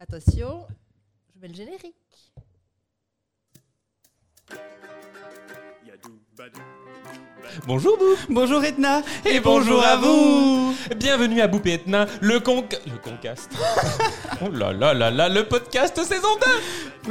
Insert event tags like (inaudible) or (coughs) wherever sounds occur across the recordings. Attention, je mets le générique. Bonjour Boop Bonjour Etna Et bonjour à vous Bienvenue à Boop et Etna, le conc... le concast. (laughs) oh là là là là, le podcast saison 2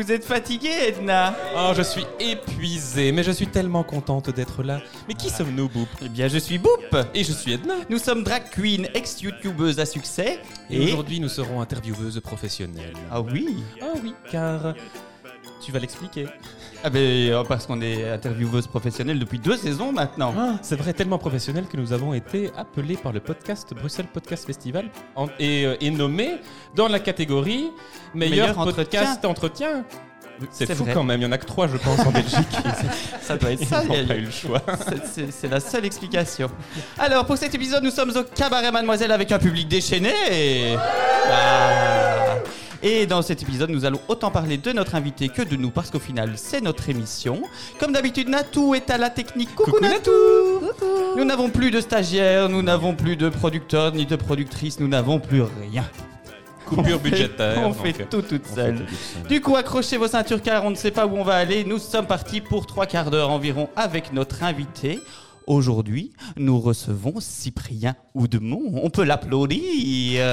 Vous êtes fatigué Etna Oh, je suis épuisé, mais je suis tellement contente d'être là. Mais qui sommes-nous Boop Eh bien je suis Boop Et je suis Edna. Nous sommes drag queen, ex-youtubeuse à succès Et, aujourd'hui, nous serons intervieweuses professionnelles. Ah oui Ah oui, car... Tu vas l'expliquer. Ah ben euh, parce qu'on est intervieweuse professionnelle depuis deux saisons maintenant Ah, c'est vrai, tellement professionnel que nous avons été appelés par le podcast Bruxelles Podcast Festival en- et, euh, et nommés dans la catégorie meilleur, Meilleur entretien. podcast entretien. C'est C'est fou vrai. quand même, il y en a que trois, je pense, en Belgique. Ça doit être ça Ils il y a- n'ont pas eu le choix. C'est- C'est c'est la seule explication. Alors, pour cet épisode, nous sommes au cabaret Mademoiselle avec un public déchaîné. Ah. Et dans cet épisode, nous allons autant parler de notre invité que de nous, parce qu'au final, c'est notre émission. Comme d'habitude, Natou est à la technique. Coucou, Coucou, Natou Coucou Nous n'avons plus de stagiaires, nous n'avons plus de producteurs ni de productrices, nous n'avons plus rien. Coupure On fait- budgétaire. On donc, euh, fait tout toute on fait seule. tout seul. Du coup, accrochez vos ceintures car on ne sait pas où on va aller. Nous sommes partis pour trois quarts d'heure environ avec notre invité. Aujourd'hui, nous recevons Cyprien Oudemont. On peut l'applaudir.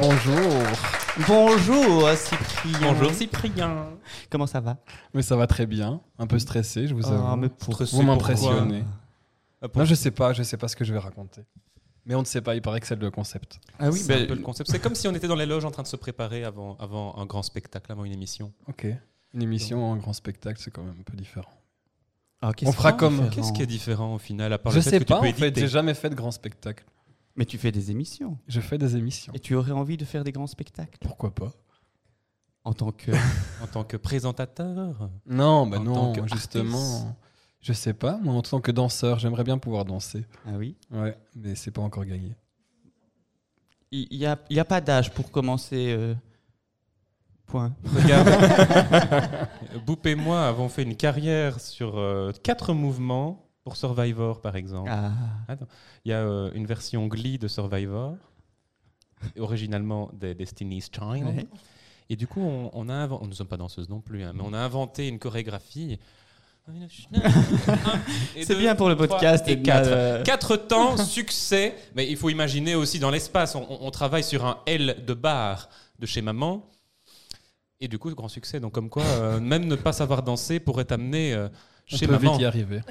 Bonjour. Bonjour Cyprien. Bonjour Cyprien. Comment ça va Mais ça va très bien. Un peu stressé, je vous Ah, avoue. mais pour- vous m'impressionnez. Ah, pour- Non, je sais pas, je sais pas ce que je vais raconter. Mais on ne sait pas, il paraît que c'est le concept. Ah c'est un peu le concept. C'est comme si on était dans les loges en train de se préparer avant, avant un grand spectacle, avant une émission. Ok. Une émission en grand spectacle, c'est quand même un peu différent. qu'est-ce On fera qu'on comme- va faire Qu'est-ce qui est différent au final, à part je le fait sais que pas, tu peux en fait, éditer j'ai jamais fait de grand spectacle. Mais tu fais des émissions. Je fais des émissions. Et tu aurais envie de faire des grands spectacles Pourquoi pas en tant (laughs) que. en tant que présentateur Non, bah En tant non, qu'artiste. justement. Je sais pas, moi en tant que danseur, j'aimerais bien pouvoir danser. ah oui. Ouais, mais c'est pas encore gagné. Il n'y a, il y a pas d'âge pour commencer. euh, Point. Regarde, (laughs) Boop et moi avons fait une carrière sur euh, quatre mouvements pour Survivor, par exemple. Ah. Il y a euh, une version Glee de Survivor, originalement des Destiny's Child. Ouais. Et du coup, on, on a inventé, nous ne sommes pas danseuses non plus, hein, mais on a inventé une (laughs) chorégraphie. Et C'est deux, bien pour le trois podcast. et Edna, quatre. euh, Quatre temps, (laughs) succès. Mais il faut imaginer aussi dans l'espace. On, on- on travaille sur un L de bar de chez maman. Et du coup, grand succès. Donc, comme quoi, (laughs) euh, même ne pas savoir danser pourrait t'amener euh, On chez peut maman. vite y arriver.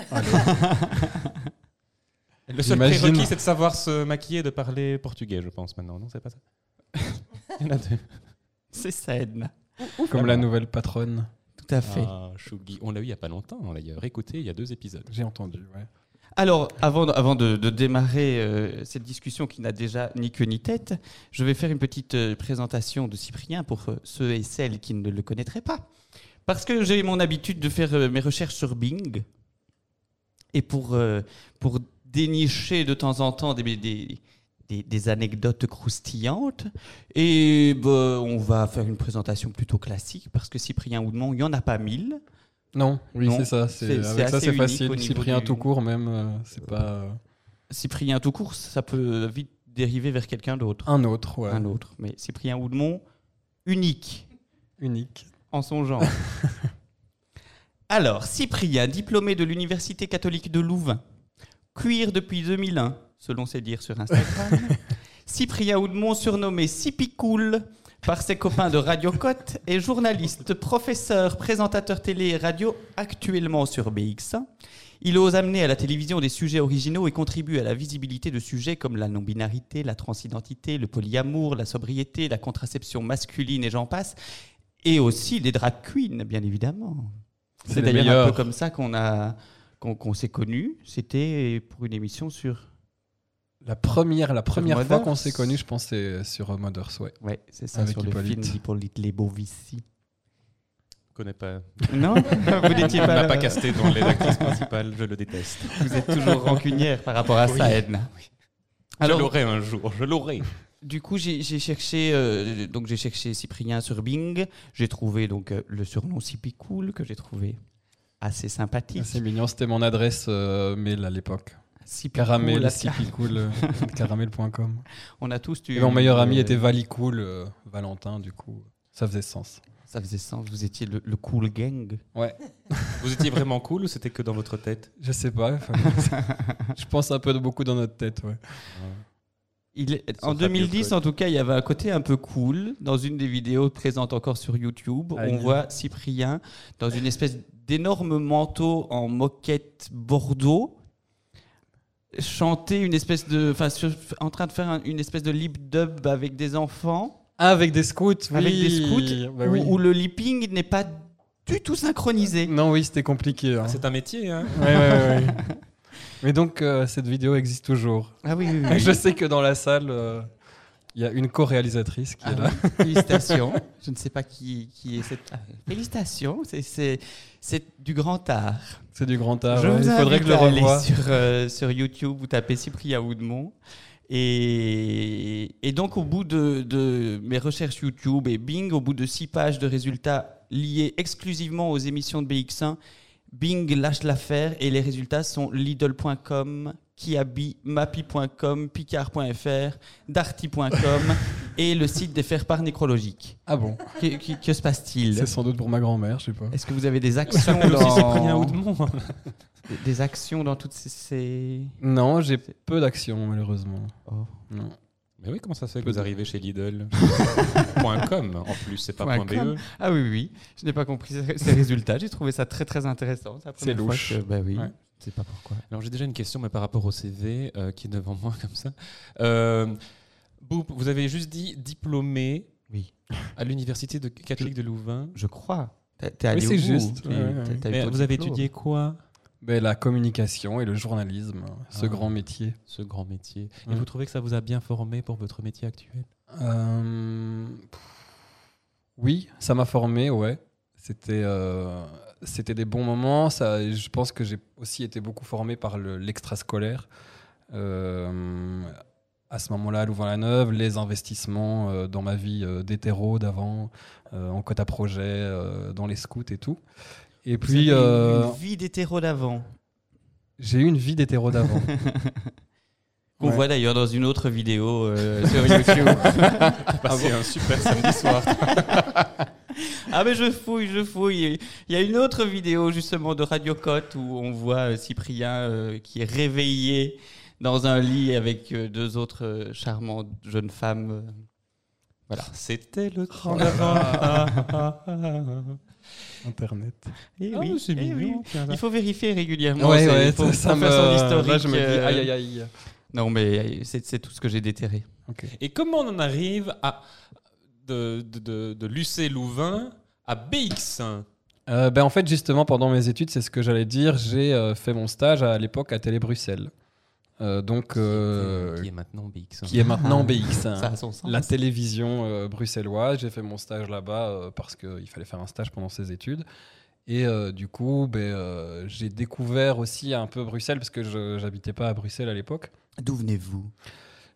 Le seul J'imagine. prérequis, c'est de savoir se maquiller, de parler portugais, je pense, maintenant. Non, c'est pas ça (laughs) Il y en a deux. C'est ça, Edna. Comme la nouvelle patronne, Tout à fait. Ah, Shugi. On l'a eu il y a pas longtemps, hein, d'ailleurs. Écoutez, il y a deux épisodes. j'ai entendu. Ouais. Alors, avant, de- avant de, de démarrer euh, cette discussion qui n'a déjà ni queue ni tête, je vais faire une petite euh, présentation de Cyprien pour euh, ceux et celles qui ne le connaîtraient pas. Parce que j'ai mon habitude de faire euh, mes recherches sur Bing et pour, euh, pour dénicher de temps en temps des, des, des- des anecdotes croustillantes. Et bah, on va faire une présentation plutôt classique parce que Cyprien Oudemont, il n'y en a pas mille. Non, oui, Non, c'est ça. c'est- C'est, c'est avec ça, assez c'est unique au facile. niveau Cyprien du- tout court, même, euh, c'est pas euh, Cyprien tout court, ça peut vite dériver vers quelqu'un d'autre. un autre, ouais, Un autre. Mais Cyprien Oudemont, unique unique. en son genre. Alors, Cyprien, diplômé de l'Université catholique de Louvain, cuir depuis 2001, selon ses dires sur Instagram. Cyprien Oudemont, surnommé Cypicool par ses copains de Radio Côte, est journaliste, professeur, présentateur télé et radio, actuellement sur BX1. Il ose amener à la télévision des sujets originaux et contribue à la visibilité de sujets comme la non-binarité, la transidentité, le polyamour, la sobriété, la contraception masculine et j'en passe, et aussi les drag queens, bien évidemment. C'est C'est les d'ailleurs un peu meilleurs. comme ça qu'on a qu'on qu'on s'est connus. C'était pour une émission sur. La première, la première fois Mothers. qu'on qu'on s'est s'est connus, connus, je pense, c'est sur euh, Mothers, ouais. Ouais, c'est ça, Avec sur le Hippolyte. film d'Hippolyte Lebovici. Je connais (laughs) pas. (laughs) Non Vous n'étiez On pas, n'a là. pas casté dans les actrices principales, je le déteste. Vous êtes toujours rancunière par rapport à ça, Edna. je l'aurai un jour, je l'aurai. Du coup, j'ai j'ai cherché, euh, donc j'ai cherché Cyprien sur Bing. J'ai trouvé donc euh, le surnom Cypicool que j'ai trouvé assez sympathique. C'est mignon, c'était mon adresse euh, mail à l'époque. Cypicool, Caramel, la- Cypicool, euh, (laughs) caramel.com. On a tous eu. Et mon meilleur ami euh, était Valicool, euh, Valentin, du coup. Ça faisait sens. Ça faisait sens, vous étiez le, le cool gang. Vous étiez vraiment cool ou c'était que dans votre tête Je sais (laughs) pas. enfin, c'est- je pense un peu de beaucoup dans notre tête, ouais. Il est- Ça en frappe le 2010, code. en tout cas, il y avait un côté un peu cool. Dans une des vidéos présentes encore sur YouTube, Ah, on bien. voit Cyprien dans une espèce d'énorme manteau en moquette bordeaux chanter une espèce de, enfin, sur- en train de faire un- une espèce de lip dub avec des enfants Ah, avec des scouts, Avec oui. des scouts, Bah où, oui. où le lipping n'est pas du tout synchronisé. Non, oui, c'était compliqué. Ah, hein. C'est un métier, hein (laughs) Ouais, ouais, ouais. Mais donc, euh, cette vidéo existe toujours. Ah oui, oui, oui. Je sais que dans la salle, euh, il y a une co-réalisatrice qui Ah est là. oui, Félicitations. Je ne sais pas qui, qui est cette. Ah, Félicitations, c'est- c'est c'est du grand art. C'est du grand art. je ouais. vous Il faudrait invite que je le à aller revoie. sur, euh, sur YouTube, vous tapez Cyprien Woodmont. Et, et donc, au bout de, de mes recherches YouTube et Bing, au bout de six pages de résultats liés exclusivement aux émissions de BX1, Bing lâche l'affaire et les résultats sont Lidl.com, Kiabi, Mappy.com, Picard.fr, Darty.com (laughs) et le site des fers par nécrologiques. Ah bon Que, que- que se passe-t-il C'est sans doute pour ma grand-mère, je sais pas. Est-ce que vous avez des actions Appelle aussi Cyprien dans... Houdemont. Des- des actions dans toutes ces. ces- Non, j'ai peu d'action, malheureusement. Oh. Non. Mais oui, comment ça se fait que Peut- vous arrivez chez (laughs) Lidl Point .com, en plus, c'est pas Point point com. .be. Ah oui, oui, je n'ai pas compris ces- ces résultats. J'ai trouvé ça très, très intéressant. la C'est première fois louche. que- bah oui, Ouais. je sais pas pourquoi. Alors j'ai déjà une question, mais par rapport au CV euh, qui est devant moi (laughs) comme ça. Euh, Boop, vous avez juste dit diplômé Oui, à l'université de catholique de Louvain. je crois. T'es t'es allé Oui, c'est où juste. T'es- Ouais, ouais, t'as- ouais. t'as eu Mais ton vous avez diplôme étudié quoi Ben, la communication et le journalisme, hein, ce Ah. grand métier. ce grand métier Et Hein Ouais. vous trouvez que ça vous a bien formé pour votre métier actuel Euh, Oui, ça m'a formé, ouais. C'était euh, c'était des bons moments. Ça, je pense que j'ai aussi été beaucoup formé par le- l'extrascolaire. Euh, à ce moment-là, à Louvain-la-Neuve, les investissements euh, dans ma vie euh, d'hétéro d'avant, euh, en quota projet, euh, dans les scouts et tout. Et Vous avez puis, eu euh, Une vie d'hétéro d'avant. j'ai eu une vie d'hétéro (laughs) d'avant. Qu'on Ouais. voit d'ailleurs dans une autre vidéo euh, sur (laughs) YouTube. C'est un super samedi soir. ah, mais je fouille, je fouille. Il y a une autre vidéo justement de Radio Côte où on voit euh, Cyprien euh, qui est réveillé dans un lit avec euh, deux autres euh, charmantes jeunes femmes. euh, Voilà. C'était Oh le temps Ah, d'avant. Internet. Eh Ah, oui, c'est ah. eh oui. mignon. tiens, là. Il faut vérifier régulièrement. Ouais, c'est- ouais, il faut, ça, faut me. faire son historique, Là, je me dis, euh, aïe, aïe, aïe. Non, mais euh, c'est c'est tout ce que j'ai déterré. Et comment on en arrive à de, de, de, de Lucé Louvain à BX1 Euh, ben, en fait, justement, pendant mes études, c'est ce que j'allais dire. J'ai euh, fait mon stage à, l'époque à Télé Bruxelles. Euh, donc, euh, Qui est maintenant BX1 qui est maintenant (laughs) Ah. BX. hein. Ça a son sens. La télévision euh, bruxelloise. J'ai fait mon stage là-bas euh, parce qu'il fallait faire un stage pendant ses études. Et euh, du coup, ben, euh, j'ai découvert aussi un peu Bruxelles parce que je n'habitais pas à Bruxelles à l'époque. D'où venez-vous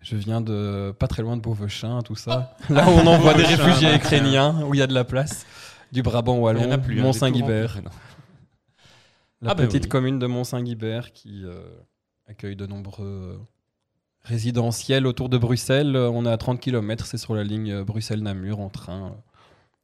Je viens de pas très loin de Beauvechin, tout ça. (laughs) Là où on envoie des Beauvechin, réfugiés bah, ukrainiens, où il y a de la place. Du Brabant Il y en wallon, a plus. hein, j'ai tout Mont-Saint-Guibert. rempli. La Ah ben petite oui. commune de Mont-Saint-Guibert qui euh, accueille de nombreux euh, résidentiels autour de Bruxelles. Euh, On est à 30 km, c'est sur la ligne euh, Bruxelles-Namur en train. euh.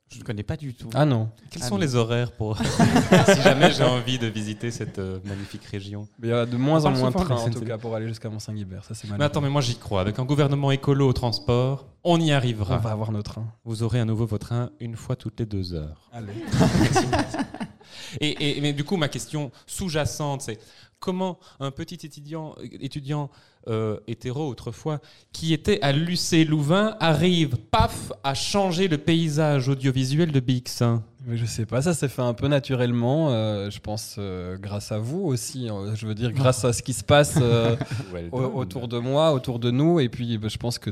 Je ne connais pas du tout. Ah non, Quels Ah, sont mais- les horaires (laughs) pour si jamais j'ai envie de visiter cette euh, magnifique région il y a de On moins en parle moins de souvent de trains en tout SNCF. cas pour aller jusqu'à Mont-Saint-Guibert. Ça c'est mal. Mais attends, mais moi j'y crois. Avec un gouvernement écolo au transport, on y on arrivera. va avoir nos trains. Vous aurez à nouveau votre train une fois toutes les deux heures. Allez. Et, et- mais du coup, ma question sous-jacente, c'est comment un petit étudiant, étudiant euh, hétéro autrefois, qui était à l'UC Louvain, arrive, paf, à changer le paysage audiovisuel de hein BX1 Mais je sais pas, ça s'est fait un peu naturellement. euh, je pense euh, grâce à vous aussi. euh, je veux dire grâce à ce qui se passe. euh, au- autour de moi, autour de nous. Et puis, bah, je pense que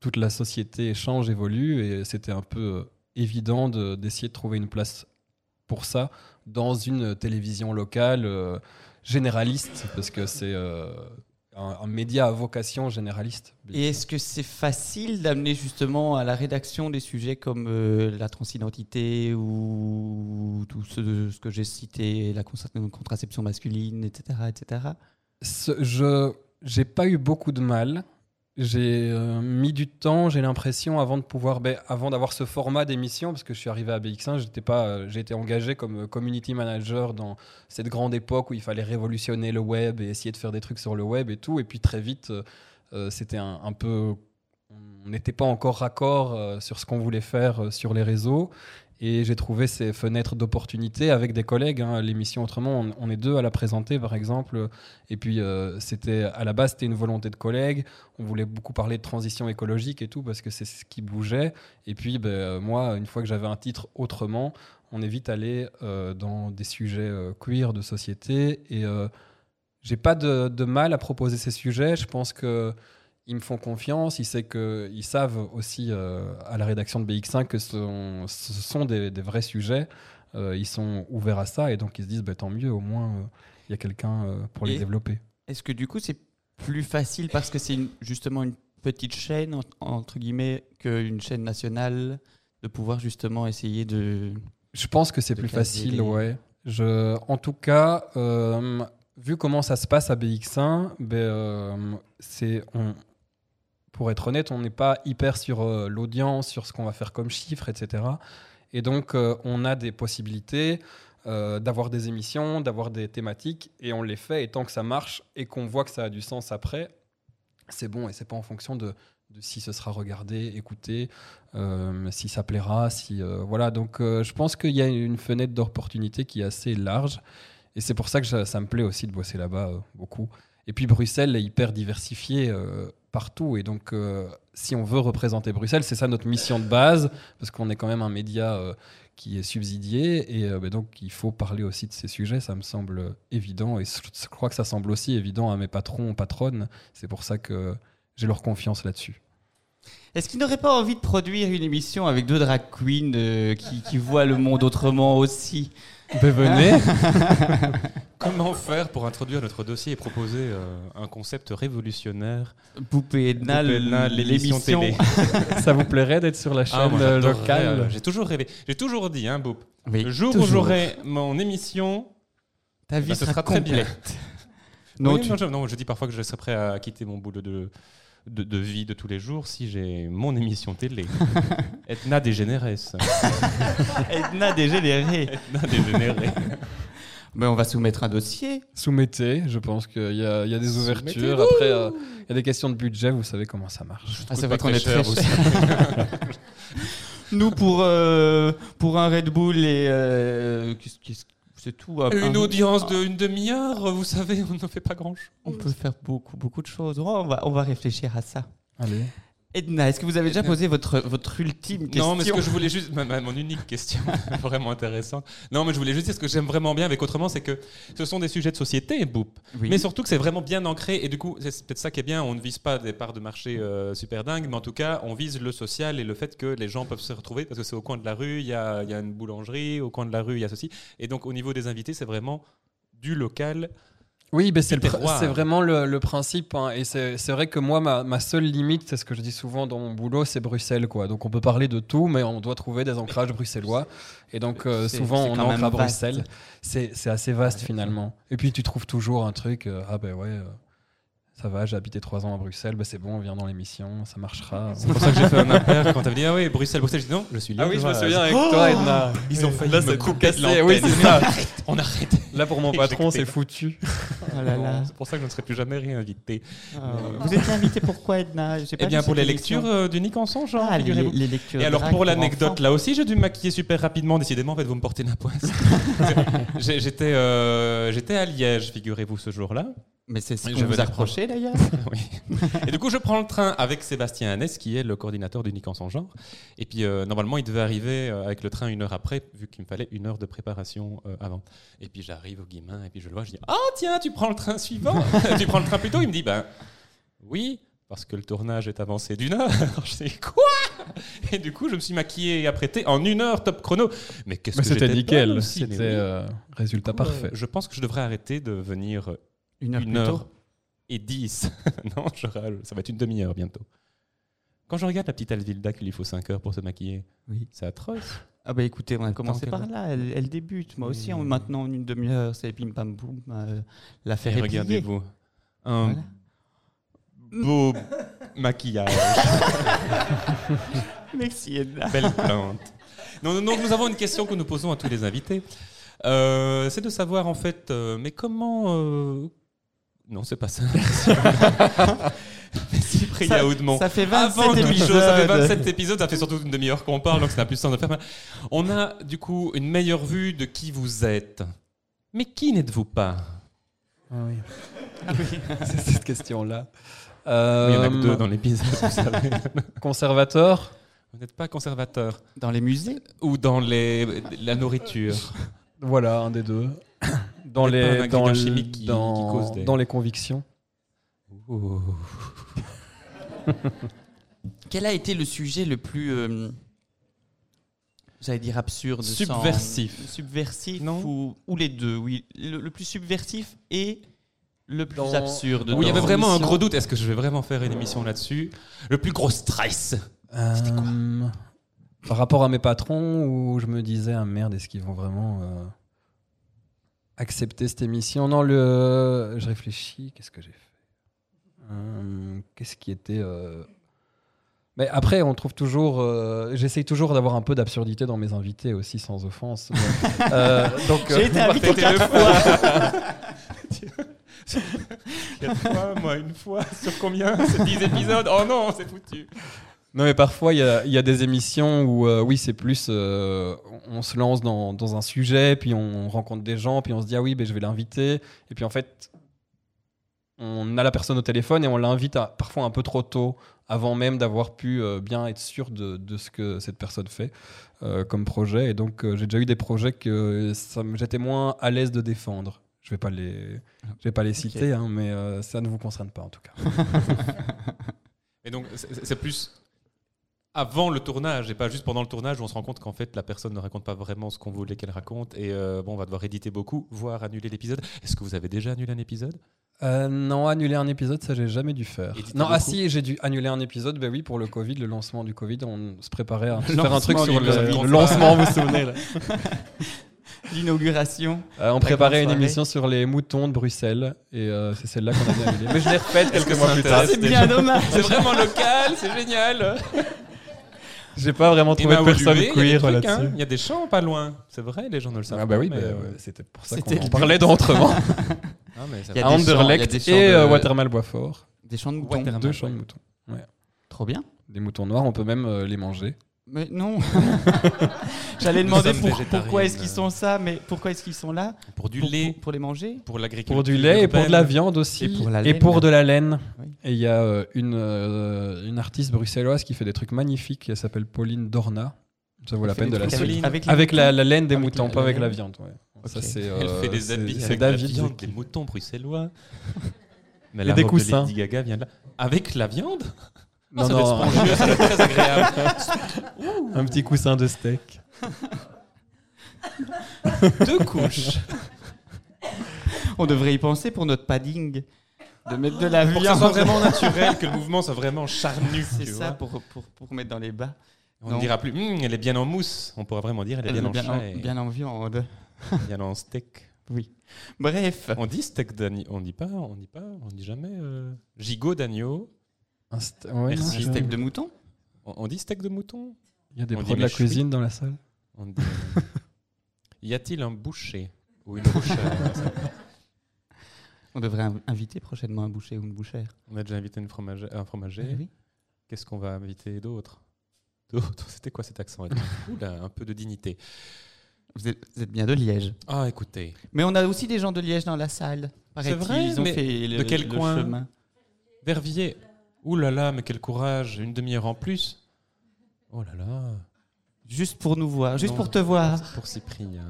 toute la société change, évolue. Et c'était un peu euh, évident de- d'essayer de, trouver une place pour ça dans une télévision locale euh, généraliste, parce que c'est euh, un, un média à vocation généraliste. Et est-ce que c'est facile d'amener justement à la rédaction des sujets comme euh, la transidentité ou tout ce, ce que j'ai cité, la contra- contraception masculine, etc. etc. Ce- je j'ai pas eu beaucoup de mal. j'ai euh, mis du temps, j'ai l'impression, avant de pouvoir, ben, avant d'avoir ce format d'émission, parce que je suis arrivé à BX1, j'étais pas, euh, j'ai été engagé comme euh, community manager dans cette grande époque où il fallait révolutionner le web et essayer de faire des trucs sur le web et tout. Et puis très vite, euh, euh, c'était un, un peu, on n'était pas encore raccord euh, sur ce qu'on voulait faire euh, sur les réseaux. Et j'ai trouvé ces fenêtres d'opportunité avec des collègues. hein. L'émission autrement, on, on est deux à la présenter par exemple. Et puis euh, c'était à la base c'était une volonté de collègues. On voulait beaucoup parler de transition écologique et tout parce que c'est ce qui bougeait. Et puis ben, euh, moi, une fois que j'avais un titre autrement, on est vite allé euh, dans des sujets euh, queer de société. Et euh, j'ai pas de, de mal à proposer ces sujets. Je pense que ils me font confiance, ils, savent que, ils savent aussi euh, à la rédaction de BX5 que ce sont, ce sont des, des vrais sujets. Euh, ils sont ouverts à ça et donc ils se disent bah, tant mieux, au moins euh, il y a quelqu'un euh, pour les Et- développer. Est-ce que du coup c'est plus facile parce que c'est une- justement une petite chaîne en- entre guillemets qu'une chaîne nationale de pouvoir justement essayer de Je pense que c'est De plus caser facile, les- ouais. Je, en tout cas, euh, vu comment ça se passe à BX1, ben, euh, c'est, on- pour être honnête, on n'est pas hyper sur euh, l'audience, sur ce qu'on va faire comme chiffres, etc. Et donc, euh, on a des possibilités euh, d'avoir des émissions, d'avoir des thématiques, et on les fait. Et tant que ça marche et qu'on voit que ça a du sens après, c'est bon. Et c'est pas en fonction de, de si ce sera regardé, écouté, euh, si ça plaira, si euh, voilà. Donc, euh, je pense qu'il y a une fenêtre d'opportunité qui est assez large, et c'est pour ça que ça, ça me plaît aussi de bosser là-bas euh, beaucoup. Et puis Bruxelles est hyper diversifiée euh, partout, et donc euh, si on veut représenter Bruxelles, c'est ça notre mission de base, parce qu'on est quand même un média euh, qui est subsidié, et euh, bah, donc il faut parler aussi de ces sujets. Ça me semble euh, évident, et je je crois que ça semble aussi évident à mes patrons, patronnes. C'est pour ça que j'ai leur confiance là-dessus. Est-ce qu'ils n'auraient pas envie de produire une émission avec deux drag queens euh, qui, qui voient le monde autrement aussi Ben, venez. Comment faire pour introduire notre dossier et proposer euh, un concept révolutionnaire Poupée Edna, le- Poupée Edna, l'émission télé. Ça vous plairait d'être sur la chaîne Ah, moi, euh, j'adorerais, euh, locale J'ai toujours rêvé. J'ai toujours dit, hein, Boop. Oui, Le jour où toujours. j'aurai mon émission. ta vie bah, ce sera, sera très bien. complète. non, Oui, tu- non, je, non, je dis parfois que je serai prêt à quitter mon boulot de, de, de vie de tous les jours si j'ai mon émission (laughs) télé. Etna dégénéresse. Edna dégénérée. Etna (laughs) dégénérée. Mais on va soumettre un dossier. Soumettez, je pense qu'il y, a- il y a des Soumettez, ouvertures. Après, euh, il y a des questions de budget, vous savez comment ça marche. Ah, coûte c'est pas vrai qu'on très est très cher aussi. cher. (laughs) Nous, pour, euh, pour un Red Bull et. euh, qu'est-ce- qu'est-ce- c'est tout. hein. Ah, un- un- Une audience d'une demi-heure, vous savez, on ne fait pas grand-chose. On peut faire beaucoup, beaucoup de choses. Oh, on, va, on va réfléchir à ça. Allez. Edna, est-ce que vous avez déjà Edna. posé votre, votre ultime question Non, mais ce que je voulais juste, ma- ma- mon unique (laughs) question, vraiment intéressante. Non, mais je voulais juste dire ce que j'aime vraiment bien avec autrement, c'est que ce sont des sujets de société, Boop. Oui. Mais surtout que c'est vraiment bien ancré et du coup, c'est c'est peut-être ça qui est bien. On ne vise pas des parts de marché euh, super dingues, mais en tout cas, on vise le social et le fait que les gens peuvent se retrouver parce que c'est au coin de la rue, il y a, il y a une boulangerie, au coin de la rue, il y a ceci. Et donc, au niveau des invités, c'est vraiment du local. Oui, ben, c'est Du le pr- terroir. c'est vraiment le, le principe. hein. Et c'est c'est vrai que moi, ma, ma seule limite, c'est ce que je dis souvent dans mon boulot, c'est Bruxelles. Quoi. Donc on peut parler de tout, mais on doit trouver des ancrages bruxellois. Et donc euh, C'est- souvent, c'est on quand ancre même à vaste. Bruxelles. C'est c'est assez vaste finalement. Et puis tu trouves toujours un truc, euh, ah ben ouais, euh, ça va, j'ai habité trois ans à Bruxelles, ben, c'est bon, on vient dans l'émission, ça marchera. C'est pour ça que j'ai (laughs) fait un impair quand t'avais dit Ah oui, Bruxelles, Bruxelles. Je dis Non, je Ah suis là. avec toi, Edna. Ils ont failli Là, me c'est tout couper de cassé. Oui, l'antenne. c'est (laughs) ça. On arrête. Là, pour mon Et patron, j'ai coupé. c'est foutu. Oh là là. Non, C'est pour ça que je ne serai plus jamais réinvité. Ah. Vous êtes invité pourquoi, Edna J'ai pas Eh bien, vu pour cette les lectures émission. euh, du Nick en son, genre, Ah, les, figurez-vous. les lectures. Et alors drag pour l'anecdote, enfants. là aussi j'ai dû me maquiller super rapidement. Décidément, en fait, vous me portez la poisse. J'ai- j'étais, euh, j'étais à Liège, figurez-vous, ce jour-là. Mais c'est ce Je qu'on vais vous les a reproché d'ailleurs. Oui. Et du coup, je prends le train avec Sébastien Hannes, qui est le coordinateur d'Unique en son genre. Et puis, euh, normalement, il devait arriver euh, avec le train une heure après, vu qu'il me fallait une heure de préparation euh, avant. Et puis, j'arrive au Guillemin, et puis je le vois, je dis Ah, tiens, tu prends le train suivant (laughs) Tu prends le train plus tôt Il me dit Ben oui, parce que le tournage est avancé d'une heure. (laughs) Je dis Quoi Et du coup, je me suis maquillé et apprêté en une heure top chrono. Mais qu'est-ce que C'était j'étais bonne nickel. aussi, mais C'était oui. euh, résultat parfait. Je pense que je devrais arrêter de venir euh, Une heure une plus heure tôt. et 10. (laughs) non, je râle. Ça va être une demi-heure bientôt. Quand je regarde la petite Alvilda qu'il lui faut 5 heures pour se maquiller, Oui. c'est atroce. Ah bah écoutez, on a commencé qu'elle par là. Elle, elle débute. Moi aussi, on, Oui. maintenant en une demi-heure, c'est pim pam boum. euh, L'affaire Et est pliée. regardez-vous. Un Voilà. beau maquillage. Merci Edna. Belle plante. Non, non, donc nous avons une question que nous posons à tous les invités. Euh, c'est de savoir en fait, euh, mais comment. euh, Non, c'est pas ça. (laughs) Mais Cyprien Ça- Oudemont. Ça fait Avant 27 toute épisodes. chose, ça fait 27 (laughs) épisodes, ça fait surtout une demi-heure qu'on parle, donc ça n'a plus de sens de faire. On a du coup une meilleure vue de qui vous êtes. Mais qui n'êtes-vous pas Ah (laughs) C'est cette question-là. Il y en a que Euh, deux dans l'épisode, vous savez. Conservateur Vous n'êtes pas conservateur. Dans les musées Ou dans les, la nourriture. Voilà, un des (coughs) deux. Dans Peut-être pas un ingrédient les, dans, le- chimique qui- qui dans- cause des- dans les convictions. Ouh. Quel a été le sujet le plus. euh, J'allais dire absurde. sans- Subversif. Subversif Non ou, ou les deux, oui. Le, le plus subversif et le plus Dans- absurde. Oui, il y dans avait vraiment un l'émission. gros doute. Est-ce que je vais vraiment faire une émission là-dessus Le plus gros stress. Euh, Par rapport à mes patrons, où je me disais, ah merde, est-ce qu'ils vont vraiment euh, accepter cette émission Non, le, je réfléchis, qu'est-ce que j'ai fait Hum, Qu'est-ce qui était. euh, Mais après, on trouve toujours. euh, J'essaye toujours d'avoir un peu d'absurdité dans mes invités aussi, (laughs) sans offense. Mais, euh, donc, J'ai euh, été invité Faites-le quatre fois. fois. Quatre fois, moi une fois. Sur combien C'est 10 épisodes Oh non, c'est foutu. Non, mais parfois, il y a, il y a des émissions où, euh, oui, c'est plus. euh, on se lance dans, dans un sujet, puis on rencontre des gens, puis on se dit, ah oui, ben, je vais l'inviter. Et puis, en fait, on a la personne au téléphone et on l'invite à- parfois un peu trop tôt, avant même d'avoir pu euh, bien être sûr de, de ce que cette personne fait euh, comme projet. Et donc, euh, j'ai déjà eu des projets que ça me- j'étais moins à l'aise de défendre. Je vais pas les, je vais pas les citer, hein, mais euh, ça ne vous concerne pas, en tout cas. Et donc, c'est c'est plus avant le tournage et pas juste pendant le tournage où on se rend compte qu'en fait la personne ne raconte pas vraiment ce qu'on voulait qu'elle raconte et euh, bon on va devoir éditer beaucoup voire annuler l'épisode est-ce que vous avez déjà annulé un épisode Euh, non, annuler un épisode, ça j'ai jamais dû faire. Éditer Non, ah beaucoup. si, j'ai dû annuler un épisode, ben oui, pour le Covid, le lancement du Covid, on se préparait (laughs) à faire un lancement truc du sur le, Covid. le (laughs) lancement, vous vous souvenez (laughs) là. L'inauguration. Euh, On La préparait une grande soirée. émission sur les moutons de Bruxelles, et euh, c'est celle-là qu'on a annulée. Mais je l'ai refaite Est-ce que quelques ça mois plus tard. intéresse C'est les bien gens dommage. c'est vraiment local c'est génial J'ai pas vraiment trouvé ben, de au personne Lué, il y a des queer trucs, hein. là-dessus. il y a des champs pas loin c'est vrai les gens ne le savent Ah bah oui, pas, bah, mais, ouais, c'était pour ça euh, C'était qu'on en le (laughs) parlait d'entrement. Ah, mais ça Il y a à va. des champs, Anderlecht des champs et de- euh, Watermal Boisfort. Des chants de moutons. Watermelon. Watermal, Deux champs de ouais. moutons. Trop bien. Des moutons noirs, on peut même euh, les manger. Mais non. (laughs) J'allais Nous demander sommes pour- végétariennes. pourquoi est-ce qu'ils sont ça, mais pourquoi est-ce qu'ils sont là pour du Pour- lait pour- pour les manger pour l'agriculture Pour du lait et pour de la urbaine. viande aussi. Et pour la laine. pour de la laine. Oui. Et il y a euh, une, euh, une artiste bruxelloise qui fait des trucs magnifiques. Elle s'appelle Pauline Dorna. Ça vaut la Fait peine des de la trucs suivre. suivre. avec, avec, les Avec la, moutons. la laine des Avec moutons, la- pas la avec la laine. viande. ouais. Ok. Ça, c'est, Elle euh, fait des c'est- habits c'est avec la David viande qui- des moutons (laughs) bruxellois. Mais Et la des robe de Lady coussins. Gaga vient de là. Avec la viande Ah, Non, ça doit être non, spongieux, ça doit être très agréable. (laughs) un petit coussin de steak. Deux couches. (laughs) On devrait y penser pour notre padding. De mettre de la Pour que ce viande. soit vraiment (laughs) naturel, que le mouvement soit vraiment charnu. C'est tu ça vois. pour, pour, pour mettre dans les bas. On Non. ne dira plus, Hum, elle est bien en mousse. On pourra vraiment dire, elle est bien, en chair, Euh, bien en viande. bien en steak. Bref. On dit steak d'agneau. On dit pas, on dit pas, on dit jamais euh, gigot d'agneau. Un ste- ouais, non, Merci, je- Steak de mouton On, on dit steak de mouton. Il y a des On pros dit de la mes chouilles. cuisine dans la salle. On dit, euh, y a-t-il un boucher ou une bouchère On devrait in- inviter prochainement un boucher ou une bouchère. Ah On a déjà invité une fromage- un fromager. Oui. Qu'est-ce qu'on va inviter d'autre D'autre C'était quoi cet accent Edmond Oula, un peu de dignité. Vous êtes, vous êtes bien de Liège. Ah, écoutez. Mais on a aussi des gens de Liège dans la salle. paraît-il. vrai, Ils ont mais fait le, de quel le coin chemin. Verviers. Ouh là là, mais quel courage. Une demi-heure en plus. Oh là là. Juste pour nous voir, juste Non. pour te voir. Pour Cyprien.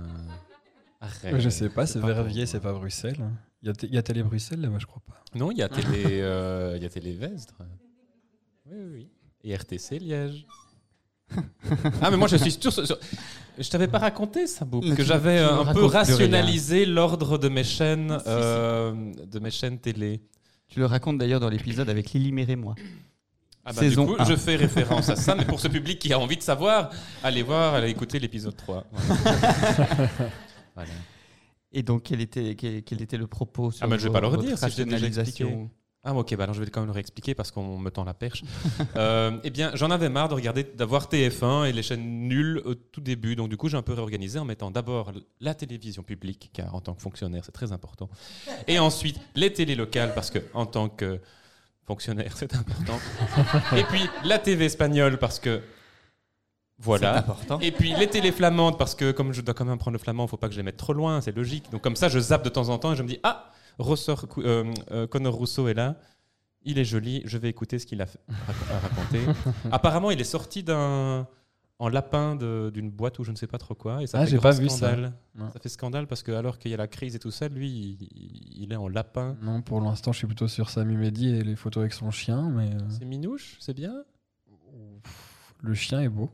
Arrête. Ah. je sais pas, c'est pour Verviers, moi. c'est pas Bruxelles. Il y a, t- il y a Télé Bruxelles là-bas, je crois pas. Non, Ah. il y a télé, euh, il y a télé Vestre. Oui, oui, oui. Et RTC (laughs) Liège. ah, mais moi je suis sûr. sûr- sûr- Je t'avais pas raconté ça, Boub, Mais que tu- j'avais tu euh, me un racontes peu plus rien. rationalisé l'ordre de mes chaînes, Si, si. euh, de mes chaînes télé. Tu le racontes d'ailleurs dans l'épisode avec Lily Mère et moi. Ah bah, du Saison coup, un. je fais référence à ça, mais pour ce public qui a envie de savoir, allez voir, allez écouter l'épisode (laughs) 3. Voilà. Voilà. Et donc, quel était, quel, quel était le propos sur Ah, mais je vais pas le votre redire, si je l'ai déjà rationalisation expliqué. Ah, Ah ok, bah alors je vais quand même le réexpliquer parce qu'on me tend la perche. (laughs) Euh, eh bien, j'en avais marre de regarder, d'avoir TF1 et les chaînes nulles au tout début. Donc du coup, j'ai un peu réorganisé en mettant d'abord la télévision publique, car en tant que fonctionnaire, c'est très important. Et ensuite, les télés locales, parce que en tant que fonctionnaire, (laughs) c'est important. Et puis, la TV espagnole, parce que... C'est Voilà. important. Et puis les télés flamandes, parce que comme je dois quand même prendre le flamand, faut pas que je les mette trop loin, c'est logique. Donc comme ça, je zappe de temps en temps et je me dis Ah, ressort, cou- euh, euh, Connor Rousseau est là, il est joli, je vais écouter ce qu'il a fait- rac- à (laughs) raconter. Apparemment, il est sorti d'un. En lapin de- d'une boîte ou je ne sais pas trop quoi. Et ça Ah, fait j'ai grand pas vu ça. scandale. Non. Ça fait scandale parce que, alors qu'il y a la crise et tout ça, lui, il, il est en lapin. Non, pour l'instant, je suis plutôt sur Sami Mehdi et les photos avec son chien, mais euh, C'est minouche, c'est (laughs) bien. le chien est beau.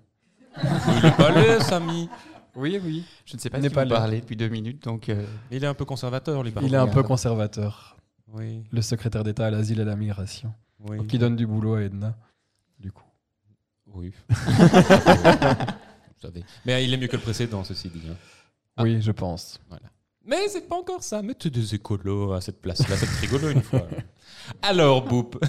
Il est pas laid, Sami. Oui, oui. Je ne sais pas N'est si pas vous là. parlez depuis deux minutes, donc euh, Il est un peu conservateur, lui, par Il est contre. un peu conservateur. Oui, Le secrétaire d'État à l'asile et à la migration, oui. qui donne du boulot à Edna. Du coup. Oui. (laughs) Vous savez. Mais euh, il est mieux que le précédent, ceci dit. hein. Ah. Oui, je pense. Mais c'est pas encore ça. Mettez des écolos à cette place-là, c'est rigolo une fois. (laughs) Alors, Boop. (laughs)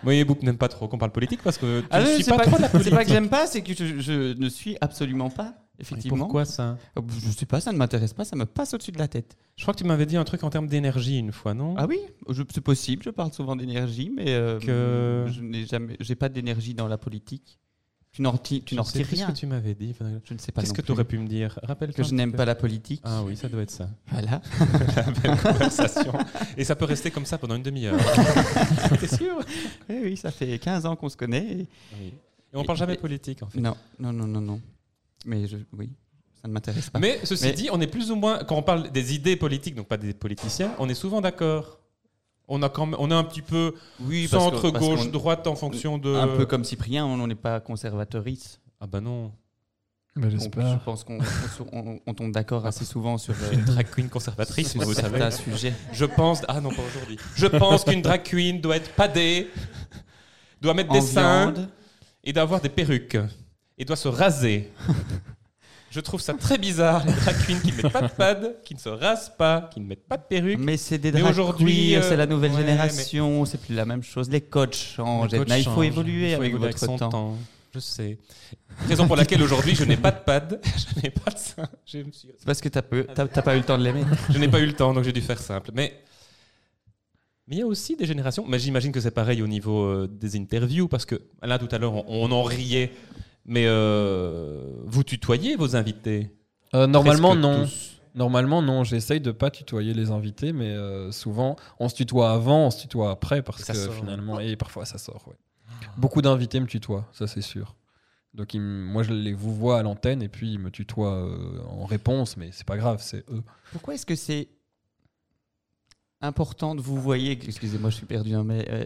Vous voyez, Boop n'aime pas trop qu'on parle politique parce que tu Ah ne non, suis c'est pas, pas, trop la que- c'est politique. pas que j'aime pas, c'est que je, je ne suis absolument pas, Et effectivement. Pourquoi ça Euh, Je sais pas, ça ne m'intéresse pas, ça me passe au-dessus de la tête. Je crois que tu m'avais dit un truc en termes d'énergie une fois, non Ah oui, je- c'est possible, je parle souvent d'énergie, mais euh, Que- je n'ai jamais, j'ai pas d'énergie dans la politique. Tu n'en reti- tu Je n'en sais retires plus ce rien. que tu m'avais dit. Je ne sais pas. Qu'est-ce non que plus. tu aurais pu me dire Rappelle Que je n'aime pas la politique. Ah oui, ça (laughs) doit être ça. Voilà. La conversation. Et ça peut rester comme ça pendant une demi-heure. T'es (laughs) sûr Eh oui, oui, ça fait 15 ans qu'on se connaît. et- Oui. Et on parle jamais politique, en fait. Non, non, non, non, non. Mais je, oui, ça ne m'intéresse pas. Mais ceci Ah. Mais- dit, on est plus ou moins, quand on parle des idées politiques, donc pas des politiciens, on est souvent d'accord. On a quand même, on est un petit peu oui, parce que- centre parce gauche, qu'on- droite en fonction de. Euh, Un peu comme Cyprien, on n'est pas conservateuriste. Ah bah non. Ben, On- Je J'espère. pense qu'on on- on tombe d'accord assez souvent sur, euh, Une drag queen conservatrice, sur vous savez. certains sujets. Je pense, ah non pas aujourd'hui. Je pense qu'une drag queen doit être padée, doit mettre En des seins viande. et doit avoir des perruques et doit se raser. Je trouve ça très bizarre les drag queens qui ne mettent pas de pad, qui ne se rasent pas, qui ne mettent pas de perruque. Mais c'est des Mais drag aujourd'hui, queens, euh, c'est la nouvelle ouais, génération, c'est plus la même chose. Les coachs changent. Le coach Edna, il faut change. évoluer Il faut avec évoluer votre son temps. Je sais. (laughs) Raison pour laquelle aujourd'hui je n'ai pas de pad, (laughs) je n'ai pas de sein. Je, me suis- C'est parce que t'as peu- t'as- t'as pas eu le temps de (laughs) l'aimer. je n'ai pas eu le temps, donc j'ai dû faire simple. Mais mais il y a aussi des générations. Mais j'imagine que c'est pareil au niveau euh, des interviews, parce que là tout à l'heure on, on en riait, mais euh, vous tutoyez vos invités. Euh, normalement, Presque non. tous. Normalement, non. J'essaye de pas tutoyer les invités, mais euh, souvent, on se tutoie avant, on se tutoie après, parce Et ça que sort. Ah. finalement, et parfois ça sort. ouais. Beaucoup d'invités me tutoient, ça c'est sûr. Donc, ils m- moi, je les vous vois à l'antenne et puis ils me tutoient euh, en réponse, mais c'est pas grave, c'est eux. Pourquoi est-ce que c'est important de vous voyez Excusez-moi, je suis perdu, hein, mais euh,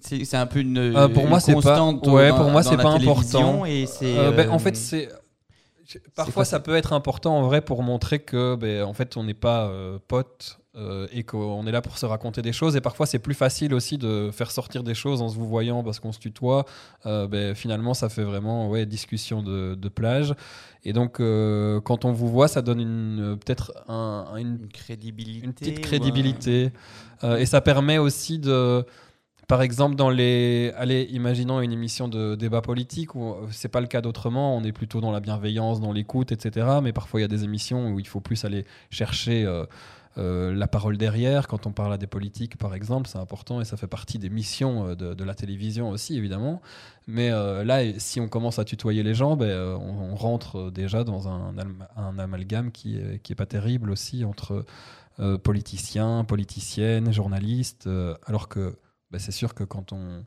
c'est c'est un peu une, Euh, pour une moi, c'est pas- constante dans- ouais, dans- pour moi, dans c'est la pas télévision important. Et c'est, Euh, ben, euh, en fait, c'est. je- quoi, Parfois, c'est- ça peut être important en vrai pour montrer que, ben, en fait, on n'est pas euh, potes euh, et qu'on est là pour se raconter des choses. Et parfois, c'est plus facile aussi de faire sortir des choses en se vous voyant parce qu'on se tutoie. Euh, ben, finalement, ça fait vraiment ouais discussion de, de plage. Et donc, euh, quand on vous voit, ça donne une euh, peut-être un- une une crédibilité. une ou petite un- crédibilité. Euh, et ça permet aussi de, par exemple, dans les, allez, imaginons une émission de débat politique où euh, c'est pas le cas d'autrement, on est plutôt dans la bienveillance, dans l'écoute, etc. Mais parfois il y a des émissions où il faut plus aller chercher. euh, euh, la parole derrière, quand on parle à des politiques par exemple, c'est important et ça fait partie des missions euh, de, de la télévision aussi évidemment. Mais euh, là, et- si on commence à tutoyer les gens, ben, euh, on, on rentre euh, déjà dans un, alma- un amalgame qui est, qui est pas terrible aussi entre euh, politiciens, politiciennes, journalistes, euh, alors que bah, c'est sûr que quand on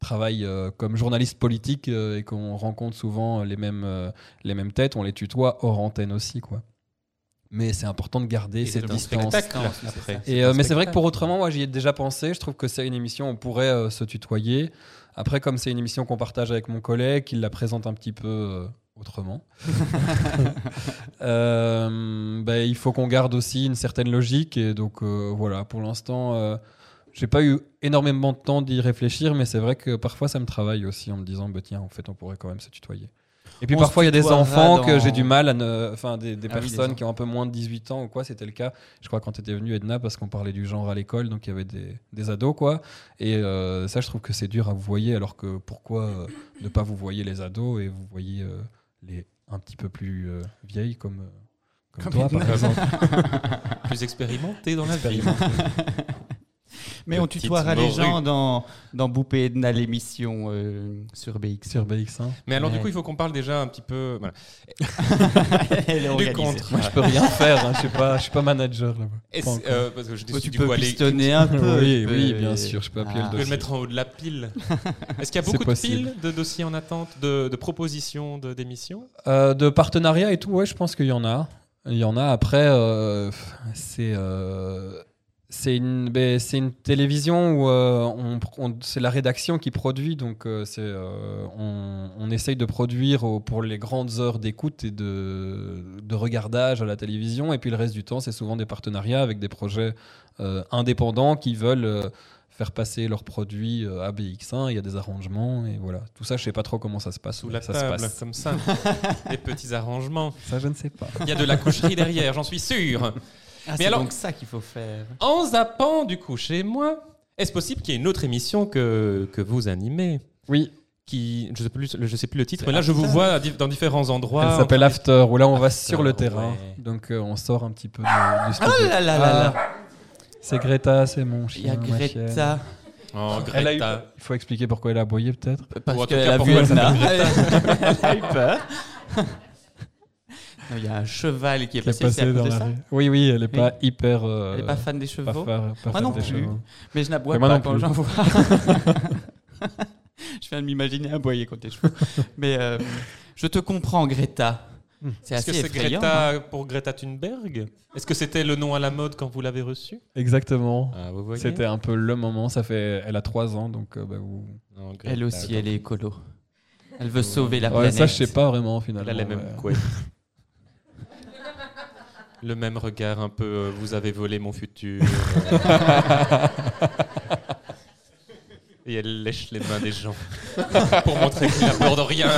travaille euh, comme journaliste politique euh, et qu'on rencontre souvent les mêmes, euh, les mêmes têtes, on les tutoie hors antenne aussi. Quoi. Mais c'est important de garder Et cette c'est un distance. spectacle, distance, c'est après. ça. Et, euh, mais c'est vrai que pour autrement, moi j'y ai déjà pensé. Je trouve que c'est une émission où on pourrait euh, se tutoyer. Après, comme c'est une émission qu'on partage avec mon collègue, il la présente un petit peu euh, autrement. (laughs) (laughs) Euh, ben, il faut qu'on garde aussi une certaine logique. Et donc euh, voilà, pour l'instant, euh, j'ai pas eu énormément de temps d'y réfléchir, mais c'est vrai que parfois ça me travaille aussi en me disant, bah, tiens, en fait, on pourrait quand même se tutoyer. Et puis On parfois, il y a se des tutoiera enfants dans- que j'ai du mal à ne. Enfin, des, des Ah oui, des personnes enfants. qui ont un peu moins de 18 ans ou quoi, c'était le cas. Je crois quand tu étais venue, Edna, parce qu'on parlait du genre à l'école, donc il y avait des, des ados, quoi. Et euh, ça, je trouve que c'est dur à vous voyez, alors que pourquoi euh, ne pas vous voyez les ados et vous voyez euh, les un petit peu plus euh, vieilles comme. euh, Comme Comme, toi, Edna. par exemple. (laughs) Plus expérimenté dans la vie. Mais on Petite tutoiera les morue. gens dans, dans Boupé Edna, l'émission euh, sur BX. Sur (laughs) BX1. Mais alors, du Ouais. coup, il faut qu'on parle déjà un petit peu voilà. (laughs) Elle est du organisée. contre. Moi, je peux rien faire. hein, Je suis pas, je suis pas manager là-bas. Est-ce- Pas encore. euh, parce que je Toi, suis tu du peux coup allé- pistonner un peu. Oui, tu oui, peux- bien sûr, je peux appuyer le Ah, Je vais le dossier. mettre en haut de la (laughs) pile. Est-ce qu'il y a C'est beaucoup de possible. piles de dossiers en attente, de, de propositions, de- d'émissions Euh, de partenariat et tout, ouais, je pense qu'il y en a. Il y en a. Après, euh, pff, c'est euh, c'est une ben, c'est une télévision où euh, on, on- c'est la rédaction qui produit, donc euh, c'est euh, on, on essaye de produire au- pour les grandes heures d'écoute et de de regardage à la télévision, et puis le reste du temps, c'est souvent des partenariats avec des projets euh, indépendants qui veulent. euh, faire passer leurs produits euh, à BX1, il y a des arrangements et voilà. Tout ça, je sais pas trop comment ça se passe. sous mais la ça se table, passe. comme ça Des petits arrangements. Ça, je ne sais pas. Il y a de la coucherie derrière, j'en suis sûr. Ah, c'est alors- donc ça qu'il faut faire. En zappant, du coup, chez moi, est-ce possible qu'il y ait une autre émission que, que vous animez Oui, qui, je sais plus, le- je sais plus le titre, mais là je vous vois à di- dans différents endroits. elle s'appelle After, où là on va sur le After, terrain. ouais. Donc euh, on sort un petit peu du, du studio. Oh là là là là. C'est Greta, c'est mon Il y a chien. ma chienne. Greta. Oh, Elle a eu- Greta. Il faut expliquer pourquoi elle a aboyé peut-être. Ou en Parce tout qu'elle cas, a vu pourquoi elle Edna. (laughs) Elle a eu peur. Non, Il y a un cheval qui est Qui est passé, c'est à passée cause dans de la ça rue. Oui, oui, elle est Oui. pas hyper. euh, Elle n'est pas fan des pas chevaux. fa- pas Moi fan non des plus. chevaux. Mais je n'aboie Mais moi pas non quand plus. j'en vois. (laughs) je viens de m'imaginer aboyer contre les chevaux. Mais euh, je te comprends, Greta. Hmm. C'est Est-ce assez que c'est effrayant. Greta pour Greta Thunberg Est-ce que c'était le nom à la mode quand vous l'avez reçu Exactement. Ah, vous voyez. C'était un peu le moment. Ça fait, elle a 3 ans, donc euh, bah, vous- Non, Greta, Elle aussi, elle est écolo. Elle veut sauver la Ouais, planète. ça je sais pas vraiment finalement. Elle a les mêmes ouais. couettes. euh, (laughs) Le même regard un peu euh, vous avez volé mon (laughs) futur. Et elle lèche les mains des gens (laughs) pour montrer qu'il n'a peur de rien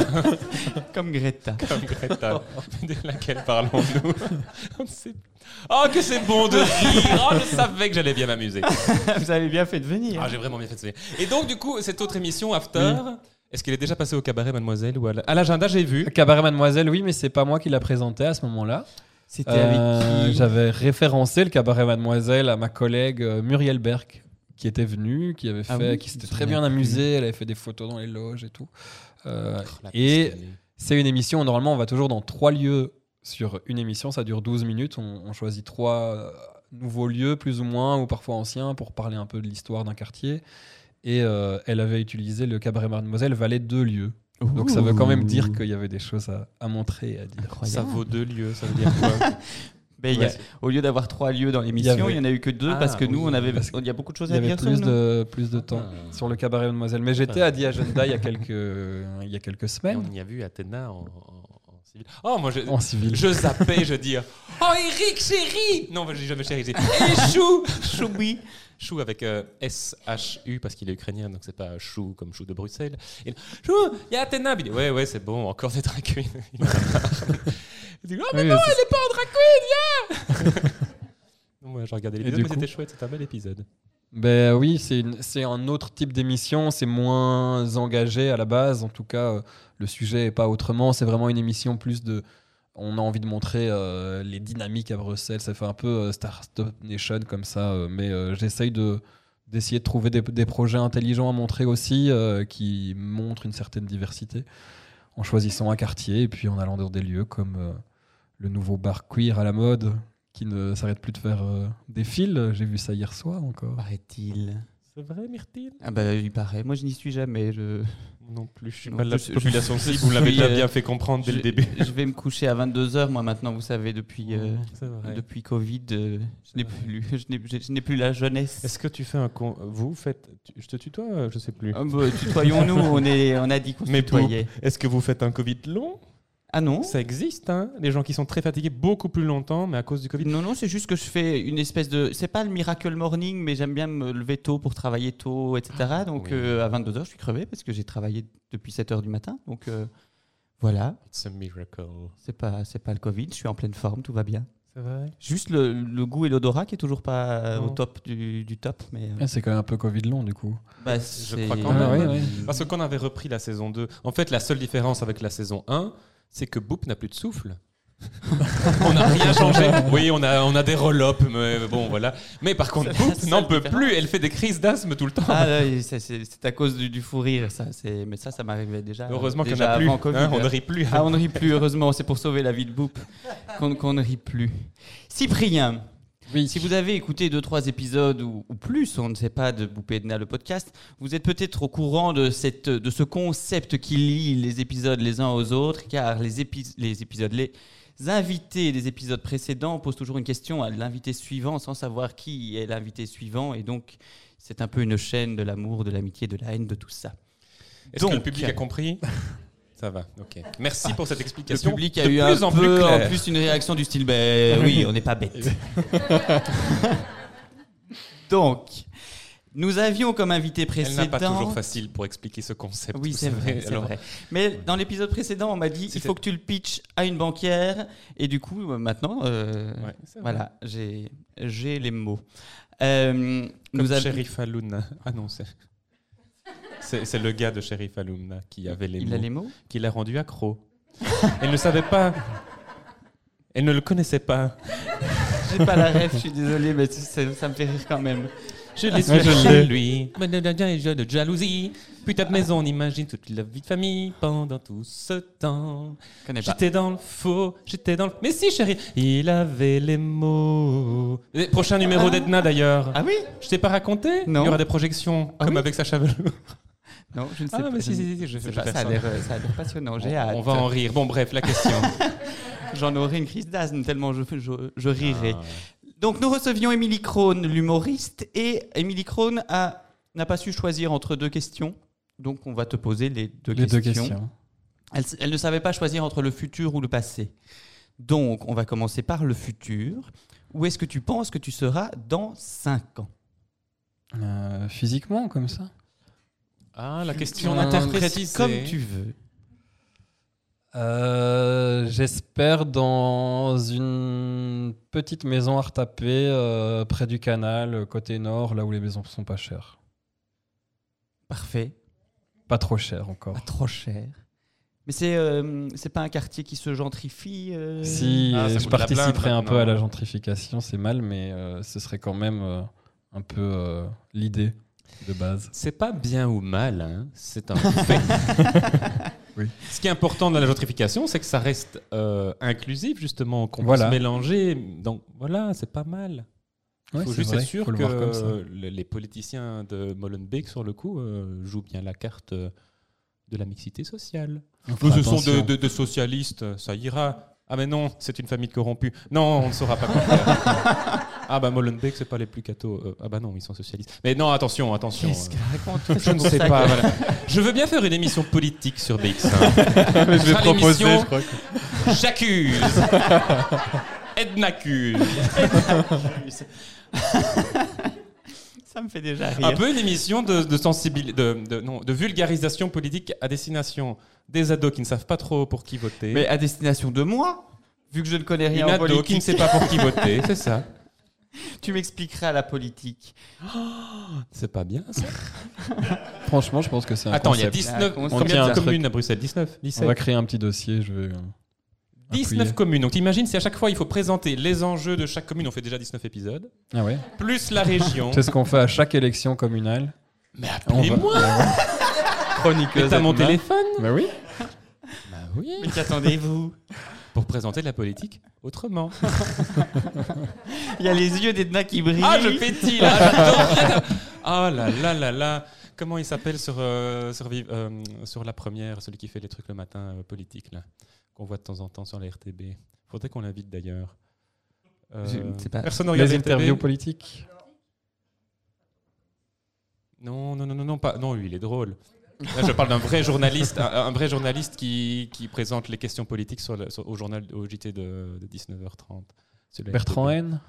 Comme Greta. (laughs) comme (laughs) Greta. De laquelle parlons-nous (laughs) On ne sait plus. Oh que c'est bon de rire Oh je savais que j'allais bien m'amuser. Vous avez bien fait de venir. Ah j'ai vraiment bien fait de sourire. Et donc du coup cette autre émission After, est-ce qu'il est déjà passé au cabaret Mademoiselle ou à la- à l'agenda j'ai vu Cabaret Mademoiselle, oui, mais c'est pas moi qui la présentais à ce moment-là. C'était Euh, avec qui J'avais référencé le cabaret Mademoiselle à ma collègue euh, Muriel Berck, qui était venue, qui avait fait, Ah oui, qui je me s'était souviens très bien plus. amusée, elle avait fait des photos dans les loges et tout. Euh, Oh, La et pistonnier. c'est une émission, normalement on va toujours dans trois lieux sur une émission, ça dure 12 minutes, on, on choisit trois euh, nouveaux lieux, plus ou moins, ou parfois anciens, pour parler un peu de l'histoire d'un quartier. Et euh, elle avait utilisé le cabaret Mademoiselle valait deux lieux. Donc ça veut quand même dire qu'il y avait des choses à, à montrer et à dire. Ça Incroyable. vaut deux lieux, ça veut (laughs) dire quoi Ben, il y a- Ouais. Au lieu d'avoir trois lieux dans l'émission, avait- il y en a eu que deux Ah, parce que nous, oui. on avait. Parce Il y a beaucoup de choses Il y à avait dire. sur plus nous. de, plus de temps Ah. sur le cabaret Mademoiselle. Mais j'étais à The Agenda il y a quelques, il y a quelques Et semaines on y a vu Athéna en, en- en civil. Oh, moi, je, en civil. je zappais, je dis Oh, Eric, chéri Non, moi, je dis jamais chéri, je dis Eh, Chou Choubi Chou avec euh, S-H-U parce qu'il est ukrainien, donc c'est pas Chou comme Chou de Bruxelles. Et, Chou, il y a Athéna Puis il dit, Ouais, ouais, c'est bon, encore des drag queens. Il en a marre. (laughs) Il dit, Oh, mais Oui, non, c'est- elle est pas en drag queen, viens Moi, j'ai regardé du l'épisode, mais coup c'était chouette, c'était un bel épisode. Ben oui, c'est une- c'est un autre type d'émission, c'est moins engagé à la base. En tout cas, euh, le sujet est pas autrement. C'est vraiment une émission plus de. On a envie de montrer euh, les dynamiques à Bruxelles. Ça fait un peu euh, Startup Nation comme ça. euh, mais euh, j'essaye de d'essayer de trouver des, des projets intelligents à montrer aussi euh, qui montrent une certaine diversité en choisissant un quartier et puis en allant dans des lieux comme euh, le nouveau bar queer à la mode qui ne s'arrête plus de faire euh, des fils. J'ai vu ça hier soir encore. Paraît-il. C'est vrai, Myrtille Ah bah, il paraît. Moi, je n'y suis jamais. Je... Non plus, je suis Non pas de la plus, je- population je cible, (laughs) vous l'avez suis, déjà euh, bien fait comprendre dès je, le début. je vais me coucher à 22h, moi, maintenant, vous savez, depuis, euh, C'est vrai. depuis Covid. euh, je n'ai vrai. plus, je n'ai- je- je n'ai plus la jeunesse. Est-ce que tu fais un con... Vous faites... tu- Je te tutoie, euh, je sais plus. Ah bah, tutoyons-nous, on, est, on a dit qu'on se Mais pour- tutoyait. Est-ce que vous faites un Covid long Ah non Ça existe, hein Les gens qui sont très fatigués beaucoup plus longtemps, mais à cause du Covid. Non, non, c'est juste que je fais une espèce de. C'est pas le miracle morning, mais j'aime bien me lever tôt pour travailler tôt, etc. Donc Ah, Oui. euh, à 22h, je suis crevé parce que j'ai travaillé depuis 7h du matin. Donc euh, Voilà, It's a miracle. c'est pas, c'est pas le Covid, je suis en pleine forme, tout va bien. C'est vrai Juste le, le goût et l'odorat qui est toujours pas euh, au Non. top du, du top, mais euh, Ah, C'est quand même un peu Covid long, du coup. bah, Je c'est- crois quand Ah, même. ouais, ouais. Parce que quand on avait repris la saison 2, en fait, la seule différence avec la saison 1, c'est que Boop n'a plus de souffle. (laughs) on n'a rien changé. Oui, on a, on a des roll-ups, mais bon, voilà. Mais par contre, C'est la Boop seule n'en peut différence. plus. Elle fait des crises d'asthme tout le temps. Ah, là, oui, c'est- c'est c'est à cause du, du fou rire, ça. c'est- Mais ça, ça m'arrivait déjà. Heureusement qu'on déjà a plus. avant Covid. hein, on ne rit plus. Ah, on ne rit plus, heureusement, c'est pour sauver la vie de Boop qu'on qu'on ne rit plus. Cyprien, Oui, si vous avez écouté deux, trois épisodes ou, ou plus, on ne sait pas, de Boop et Edna, le podcast, vous êtes peut-être au courant de, cette, de ce concept qui lie les épisodes les uns aux autres, car les, épis- les épisodes, les invités des épisodes précédents posent toujours une question à l'invité suivant sans savoir qui est l'invité suivant, et donc c'est un peu une chaîne de l'amour, de l'amitié, de la haine, de tout ça. Est-ce que le Donc- public a (laughs) compris Ça va, ok. Merci pour cette Le explication. public a de eu plus un en peu plus Ah claire. en plus une réaction du style ben oui, on n'est (laughs) pas bête. Donc, nous avions comme invité Elle précédent. n'a pas toujours facile pour expliquer ce concept. Oui, vous c'est savez. vrai, c'est Alors, vrai. Mais dans l'épisode précédent, on m'a dit il C'était- faut que tu le pitches à une banquière. Et du coup, euh, maintenant, euh, ouais, c'est vrai. voilà, j'ai j'ai les mots. Euh, Comme nous av- Sheriff Alumna. Ah non, c'est. C'est c'est le gars de Sheriff Alumna qui avait les Il mots, a les mots qui l'a rendu accro. Elle ne savait pas. Elle ne le connaissait pas. J'ai pas la rêve, je suis désolé, mais ça, ça me fait rire quand même. Je (laughs) l'ai Ouais, su je chez l'ai. lui. Mais de et jeu de jalousie. Puis ta maison, on imagine toute la vie de famille pendant tout ce temps. Je connais pas. J'étais dans le faux, j'étais dans le. Mais si, chérie, il avait les mots. Eh, Prochain numéro d'Edna d'ailleurs. Ah oui Je t'ai pas raconté Non. Il y aura des projections Ah comme oui avec Sacha Velour. Non, je ne sais Ah, pas. mais je si, ne- si, si, je je vais sais faire pas, ça a ça. l'air euh, ça a l'air passionnant, j'ai hâte. On va en rire. Bon, bref, la question. (laughs) J'en aurais une crise d'asthme tellement je, je, je rirais. Ah. Donc nous recevions Émilie Krohn, l'humoriste, et Émilie Krohn a- n'a pas su choisir entre deux questions. Donc on va te poser les deux les questions. deux questions. Elle, s- elle ne savait pas choisir entre le futur ou le passé. Donc on va commencer par le futur. Où est-ce que tu penses que tu seras dans 5 ans Euh, physiquement, comme ça Ah, la question Tu interprétée. interprètes Euh, comme tu veux. Euh, J'espère dans une petite maison à retaper euh, près du canal, côté nord, là où les maisons sont pas chères. Parfait. Pas trop chères encore. Pas trop cher. Mais c'est euh, c'est pas un quartier qui se gentrifie euh, Si Ah, ça je coûte la blinde, participerais un peu à maintenant. la gentrification, c'est mal, mais euh, ce serait quand même euh, un peu euh, l'idée de base. C'est pas bien ou mal, hein, c'est (laughs) un fait. Oui. Ce qui est important dans la gentrification, c'est que ça reste euh, inclusif, justement, qu'on Voilà. puisse mélanger. Donc voilà, c'est pas mal. Il Ouais, faut c'est juste vrai, être sûr faut le que voir comme ça. euh, le- les politiciens de Molenbeek, sur le coup, euh, jouent bien la carte euh, de la mixité sociale. On fera Nous, Bah, ce sont attention. des de, de socialistes, ça ira. Ah mais non, c'est une famille de corrompus. Non, on ne saura pas quoi faire. (laughs) ah bah Molenbeek, c'est pas les plus cathos. Euh, ah bah non, ils sont socialistes. Mais non, attention, attention. Qu'est-ce qu'elle raconte Je ne sais pas. voilà. Je veux bien faire une émission politique sur BX1. Mais (laughs) je sera vais proposer, l'émission. je crois. que- J'accuse. Ednacuse. Ah (laughs) Ça me fait déjà rire. Un peu une émission de, de, sensibil- de, de- non, de vulgarisation politique à destination des ados qui ne savent pas trop pour qui voter. Mais à destination de moi, vu que je ne connais rien une en ado qui ne politique, sait pas pour qui (laughs) voter, c'est ça. tu m'expliqueras la politique. C'est pas bien ça. Franchement, je pense que c'est un Attends, il y a concept. 19 Ah, on combien tient un de truc. communes à Bruxelles 19 On 17 va créer un petit dossier, je vais... euh, 19 appuyer. communes. Donc t'imagines si à chaque fois il faut présenter les enjeux de chaque commune, on fait déjà 19 épisodes, Ah ouais plus la région. (laughs) C'est ce qu'on fait à chaque élection communale. Mais On va- (laughs) appelez-moi Mais Chroniqueuse. t'as mon Edna. téléphone Bah oui. Bah oui Mais qu'attendez-vous Pour présenter de la politique autrement. Il y a les yeux d'Edna qui brillent. Ah, je pétille là, j'adore. (laughs) Ah là là là là Comment il s'appelle sur, euh, sur, Vive- euh, sur la première, celui qui fait les trucs le matin euh, politique, là, qu'on voit de temps en temps sur la RTB Faudrait qu'on l'invite d'ailleurs. Euh, Je ne sais pas. Personne ne regarde Les RTB? interviews politiques. Non, non, non, non, non, pas. Non, lui, il est drôle. Là, je parle d'un vrai journaliste, un, un vrai journaliste qui, qui présente les questions politiques sur le- sur- au journal au JT de, de 19h30. Celui-là, Bertrand il est- N.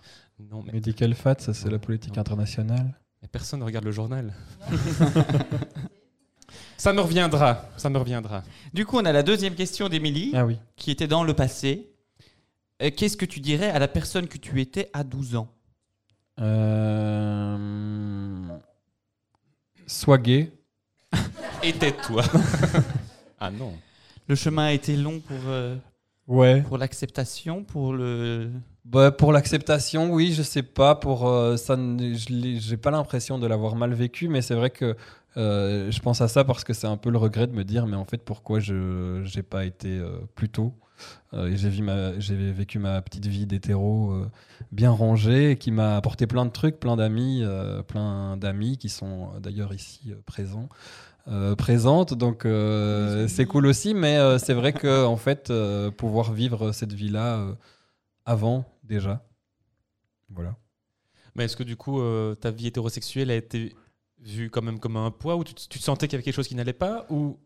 Non, mais, Medical Fat, ça c'est la politique internationale. mais personne ne regarde le journal. (laughs) Ça me reviendra. Ça me reviendra. Du coup, on a la deuxième question d'Émilie, Ah oui. qui était dans le passé. Euh, Qu'est-ce que tu dirais à la personne que tu étais à 12 ans Euh, Sois gay. Et tais-toi. (laughs) ah non. Le chemin a été long pour, euh, Ouais. pour l'acceptation, pour le... Bah, pour l'acceptation, oui, je sais pas. Pour euh, ça, ne- je l'ai- j'ai pas l'impression de l'avoir mal vécu, mais c'est vrai que euh, je pense à ça parce que c'est un peu le regret de me dire, mais en fait, pourquoi je j'ai pas été euh, plus tôt Euh, et j'ai vu ma- j'ai vécu ma petite vie d'hétéro euh, bien rangée, et qui m'a apporté plein de trucs, plein d'amis, euh, plein d'amis qui sont euh, d'ailleurs ici euh, présents, euh, présentes. Donc euh, c'est cool aussi, mais euh, c'est vrai que en fait, euh, pouvoir vivre cette vie-là euh, avant déjà, voilà. Mais est-ce que du coup, euh, ta vie hétérosexuelle a été vue quand même comme un poids ou tu, te- tu te sentais qu'il y avait quelque chose qui n'allait pas ou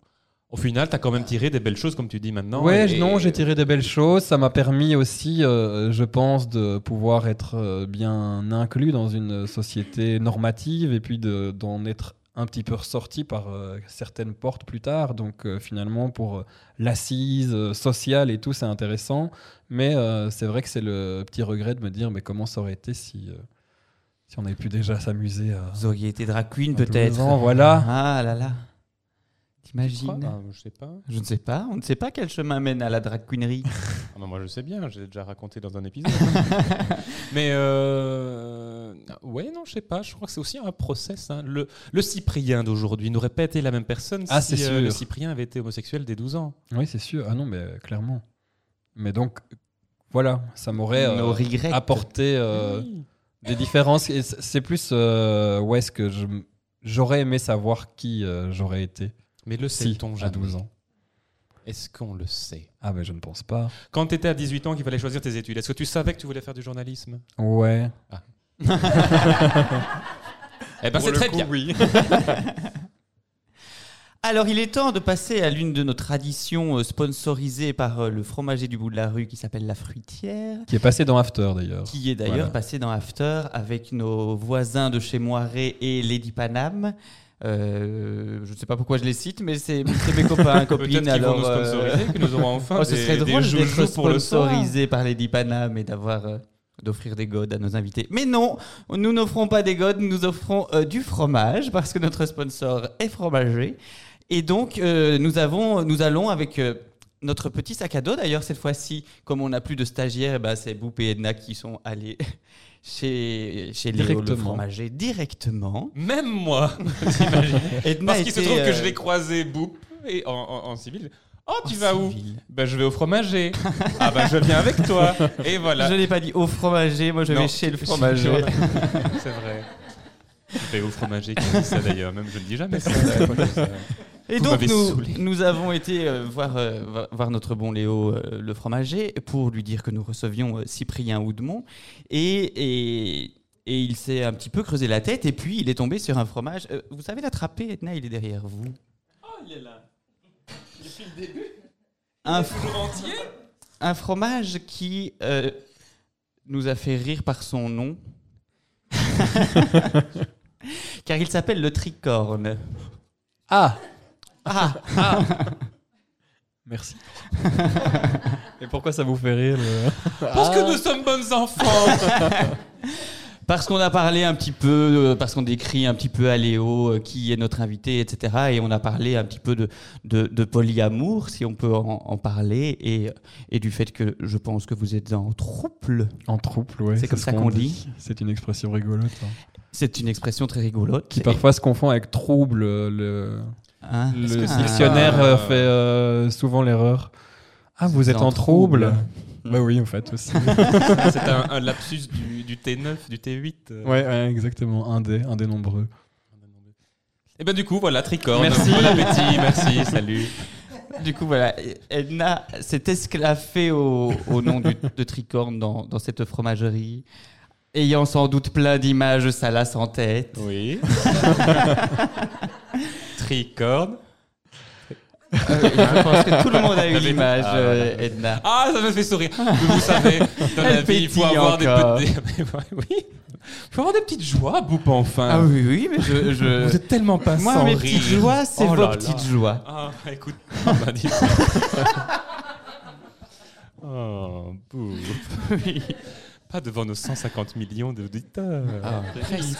au final, t'as quand même tiré des belles choses comme tu dis maintenant. ouais, et- euh, non, j'ai tiré des belles choses. Ça m'a permis aussi, euh, je pense, de pouvoir être euh, bien inclus dans une société normative et puis de- d'en être un petit peu ressorti par euh, certaines portes plus tard. Donc euh, finalement, pour euh, l'assise euh, sociale et tout, c'est intéressant. Mais euh, c'est vrai que c'est le petit regret de me dire, mais comment ça aurait été si, euh, si on avait pu déjà s'amuser à... Vous auriez été drag queen à douze peut-être. ans, voilà. Ah là là. Je crois, T'imagines ben, je sais pas. Je ne sais pas, on ne sait pas quel chemin mène à la drag queenerie. Ah ben, moi, je sais bien, je l'ai déjà raconté dans un (laughs) épisode. Mais euh, ouais, non, je sais pas. Je crois que c'est aussi un process. hein. Le, le Cyprien d'aujourd'hui n'aurait pas été la même personne Ah, si c'est euh, le sûr. Cyprien avait été homosexuel dès 12 ans. Oui, c'est sûr. Ah non, mais euh, clairement. Mais donc, voilà, ça m'aurait euh, Nos regrets. apporté euh, Oui. des différences. Et c- c'est plus, euh, ouais, ce que je m- j'aurais aimé savoir qui euh, j'aurais été Mais le si, sait-on à jamais 12 ans. Est-ce qu'on le sait Ah, mais je ne pense pas. Quand tu étais à 18 ans qu'il fallait choisir tes études, est-ce que tu savais que tu voulais faire du journalisme Ouais. Eh ben, c'est très bien. (laughs) Alors, il est temps de passer à l'une de nos traditions euh, sponsorisées par euh, le fromager du bout de la rue qui s'appelle la fruitière, Qui est passé dans After, d'ailleurs. qui est d'ailleurs Voilà. passée dans After avec nos voisins de chez Moiré et Lady Paname. Euh, je ne sais pas pourquoi je les cite, mais c'est c'est (laughs) mes copains, Peut-être copines. qu'ils vont Alors, nous euh, sponsoriser, que nous aurons (laughs) enfin oh, ce serait des, des drôle joujoux d'être pour le soir. sponsorisé par Lady Paname et d'avoir euh, d'offrir des godes à nos invités. Mais non, nous n'offrons pas des godes, nous offrons euh, du fromage parce que notre sponsor est fromager. Et donc euh, nous avons, nous allons avec euh, notre petit sac à dos. D'ailleurs cette fois-ci, comme on n'a plus de stagiaires, eh ben, c'est Boop et Edna qui sont allés (laughs) chez chez Léo le Directement. fromager directement. Même moi, (laughs) t'imagines Edna Parce qu'il se était, trouve que euh, je l'ai croisé, Boop, et en, en- en civil. Oh, tu en vas où civil. Ben, je vais au fromager. ah, ben, je viens avec toi. Et voilà. Je n'ai pas dit au fromager, moi je Non, vais chez le je- fromager. (laughs) je- C'est vrai. Je vais au fromager qui dit ça d'ailleurs, même je ne dis jamais ça. Et Vous donc m'avez nous, saoulé. nous avons été euh, voir, euh, voir- voir notre bon Léo euh, le fromager pour lui dire que nous recevions euh, Cyprien Houdemont et, et, et il s'est un petit peu creusé la tête et puis il est tombé sur un fromage. Euh, vous savez l'attraper, Edna, il est derrière vous. Oh, il est là. Depuis le début. Un, fro- un fromage qui euh, nous a fait rire par son (laughs) nom. (laughs) Car il s'appelle le tricorne. Ah Ah (laughs) Merci. et pourquoi ça vous fait rire le- Parce Ah. que nous sommes bonnes enfants. Parce qu'on a parlé un petit peu, euh, parce qu'on décrit un petit peu à Léo euh, qui est notre invité, etc. Et on a parlé un petit peu de, de, de polyamour, si on peut en, en parler, et, et du fait que je pense que vous êtes en trouble. En trouble, ouais. C'est comme ce ça qu'on dit. C'est une expression rigolote. hein. C'est une expression très rigolote. Qui parfois se confond avec trouble. euh, Le, Hein Est-ce le que c'est pas- dictionnaire euh, fait euh, souvent l'erreur. Ah, vous êtes en, trouble, Bah oui, en fait (laughs) aussi. C'est un, un lapsus du, du T9, du T8. euh. ouais, ouais, exactement. Un des, un des nombreux. Et ben du coup, voilà, tricorne. Merci. Bon appétit, merci, salut. Du coup, voilà, Edna s'est esclaffée au, au nom du- de Tricorne dans, dans cette fromagerie, ayant sans doute plein d'images salaces en tête. Oui. (laughs) tricorne. Euh, je pense que tout le monde a eu T'avais- l'image, Ah, euh, Edna. Ah, ça me fait sourire. Vous savez, dans la Elle vie, il faut pétille avoir (laughs) encore. des petits... oui. Faut avoir des petites joies, Boupe, enfin. Ah oui, oui, mais je. Vous je... êtes tellement pas Moi, sans mes rire. petites joies, c'est Oh vos là là. petites joies. Ah, écoute. Ah, bah, dis donc. oh, Boupe. (laughs) Pas devant nos 150 millions d'auditeurs. Ah, presque.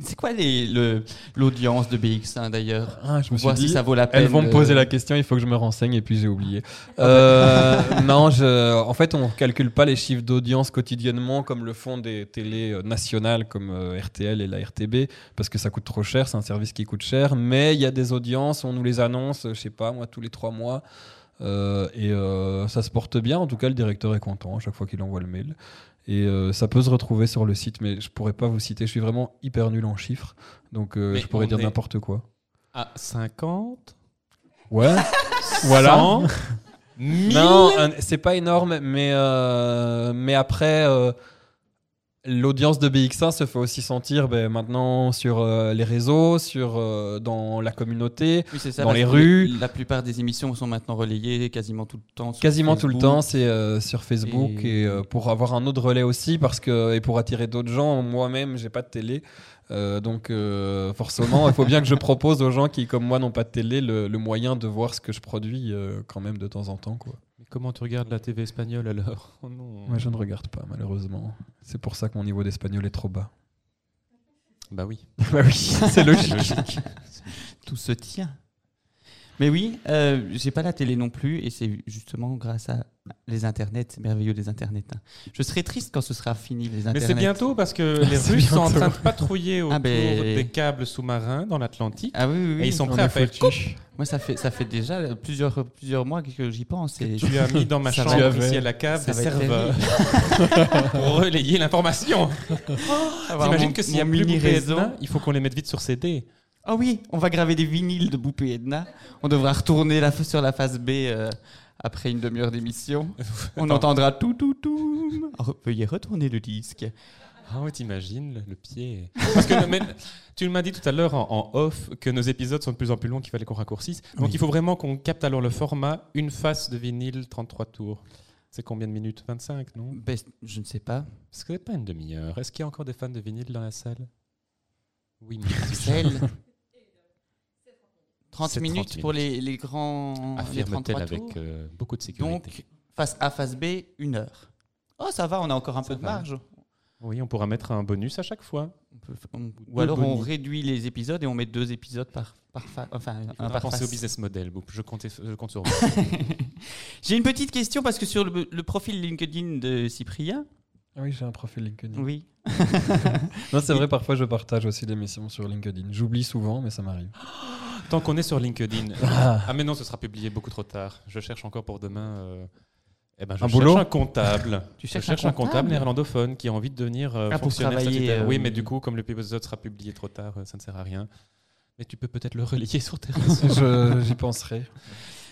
C'est quoi les- le- l'audience de BX1 d'ailleurs Ah, je me suis Voir si dit, ça vaut la peine. euh, elles vont me de- poser la question, il faut que je me renseigne et puis j'ai oublié. (laughs) Euh, non, je, en fait, on calcule pas les chiffres d'audience quotidiennement comme le font des télés euh, nationales comme euh, RTL et la RTB parce que ça coûte trop cher, c'est un service qui coûte cher. Mais il y a des audiences, on nous les annonce, euh, je sais pas, moi, tous les trois mois. Euh, et euh, ça se porte bien, en tout cas, le directeur est content à chaque fois qu'il envoie le mail. Et euh, ça peut se retrouver sur le site, mais je pourrais pas vous citer, je suis vraiment hyper nul en chiffres, donc euh, Mais je pourrais on dire est- n'importe quoi. À 50 (laughs) Ouais. 100, 1000 Non, un- c'est pas énorme, mais, euh, mais après, euh, l'audience de BX1 se fait aussi sentir ben, maintenant sur euh, les réseaux, sur, euh, dans la communauté. Oui, c'est ça, Dans parce les que rues. La plupart des émissions sont maintenant relayées quasiment tout le temps. sur Quasiment tout le Facebook. temps, c'est euh, sur Facebook Et- et, euh, pour avoir un autre relais aussi, parce que et pour attirer d'autres gens, moi-même, j'ai pas de télé, Euh, donc euh, forcément, il faut bien que je propose aux gens qui, comme moi, n'ont pas de télé, le, le moyen de voir ce que je produis euh, quand même de temps en temps, quoi. (laughs) Mais comment tu regardes la TV espagnole alors Oh non. Moi, je ne regarde pas, malheureusement. C'est pour ça que mon niveau d'espagnol est trop bas. Bah oui. bah oui, c'est logique. Tout se tient. Mais oui, euh, j'ai pas la télé non plus, et c'est justement grâce à bah, les internets, c'est merveilleux les internets. hein. Je serai triste quand ce sera fini les Mais internets. c'est bientôt parce que les C'est Russes sont en bientôt. train de patrouiller autour Ah ben- des câbles sous-marins dans l'Atlantique. Ah oui, oui, oui. Et ils sont on prêts à est faire foutus. coupe. Moi, ça fait, ça fait déjà plusieurs, plusieurs mois que j'y pense. Et... Tu as mis dans ma (laughs) Ça chambre va être- ici à la cave Ça des va être serveurs pour relayer l'information. (laughs) T'imagines que s'il y a plus Boupé Edna, il faut qu'on les mette vite sur CD. Ah oui, on va graver des vinyles de Boupé Edna. On devra retourner la, sur la face B euh, après une (laughs) demi-heure d'émission. On entendra tout, tout, tout. Re- Veuillez retourner le disque. Ah ouais, t'imagines le, le pied. Parce que mais, tu m'as dit tout à l'heure en, en off que nos épisodes sont de plus en plus longs, qu'il fallait qu'on raccourcisse. Donc Oui. il faut vraiment qu'on capte alors le format une face de vinyle 33 tours. C'est combien de minutes 25, non Ben, je ne sais pas. Parce que c'est pas une demi-heure. Est-ce qu'il y a encore des fans de vinyle dans la salle Oui, mais (laughs) Celle. 30 C'est minutes, 30 pour les, les grands. les affirme-t-elle 33 avec tours. euh, beaucoup de sécurité. Donc, face A, face B, une heure. Oh, ça va, on a encore un Ça peu de va. marge. Oui, on pourra mettre un bonus à chaque fois. On peut- on- ou Deux alors on bonus. réduit les épisodes et on met deux épisodes par, par fa- enfin, On un va par penser au face. business model. Boop. Je compte, je compte sur vous. J'ai une petite question parce que sur le, le profil LinkedIn de Cyprien, Ah oui, j'ai un profil LinkedIn. oui, Non, c'est vrai, parfois je partage aussi des missions sur LinkedIn. J'oublie souvent, mais ça m'arrive. (laughs) Tant qu'on est sur LinkedIn. Ah. (laughs) Ah mais non, ce sera publié beaucoup trop tard. Je cherche encore pour demain. euh, Eh ben, je Un cherche boulot un (laughs) comptable. Tu Je cherches cherche un un comptable comptable néerlandophone qui a envie de devenir euh, Ah, pour fonctionnaire travailler, statutaire. euh, Oui, mais du coup, comme E l'épisode sera publié trop tard, euh, ça ne sert à rien. Mais tu peux peut-être le relayer sur tes (laughs) réseaux. Je- J'y penserai.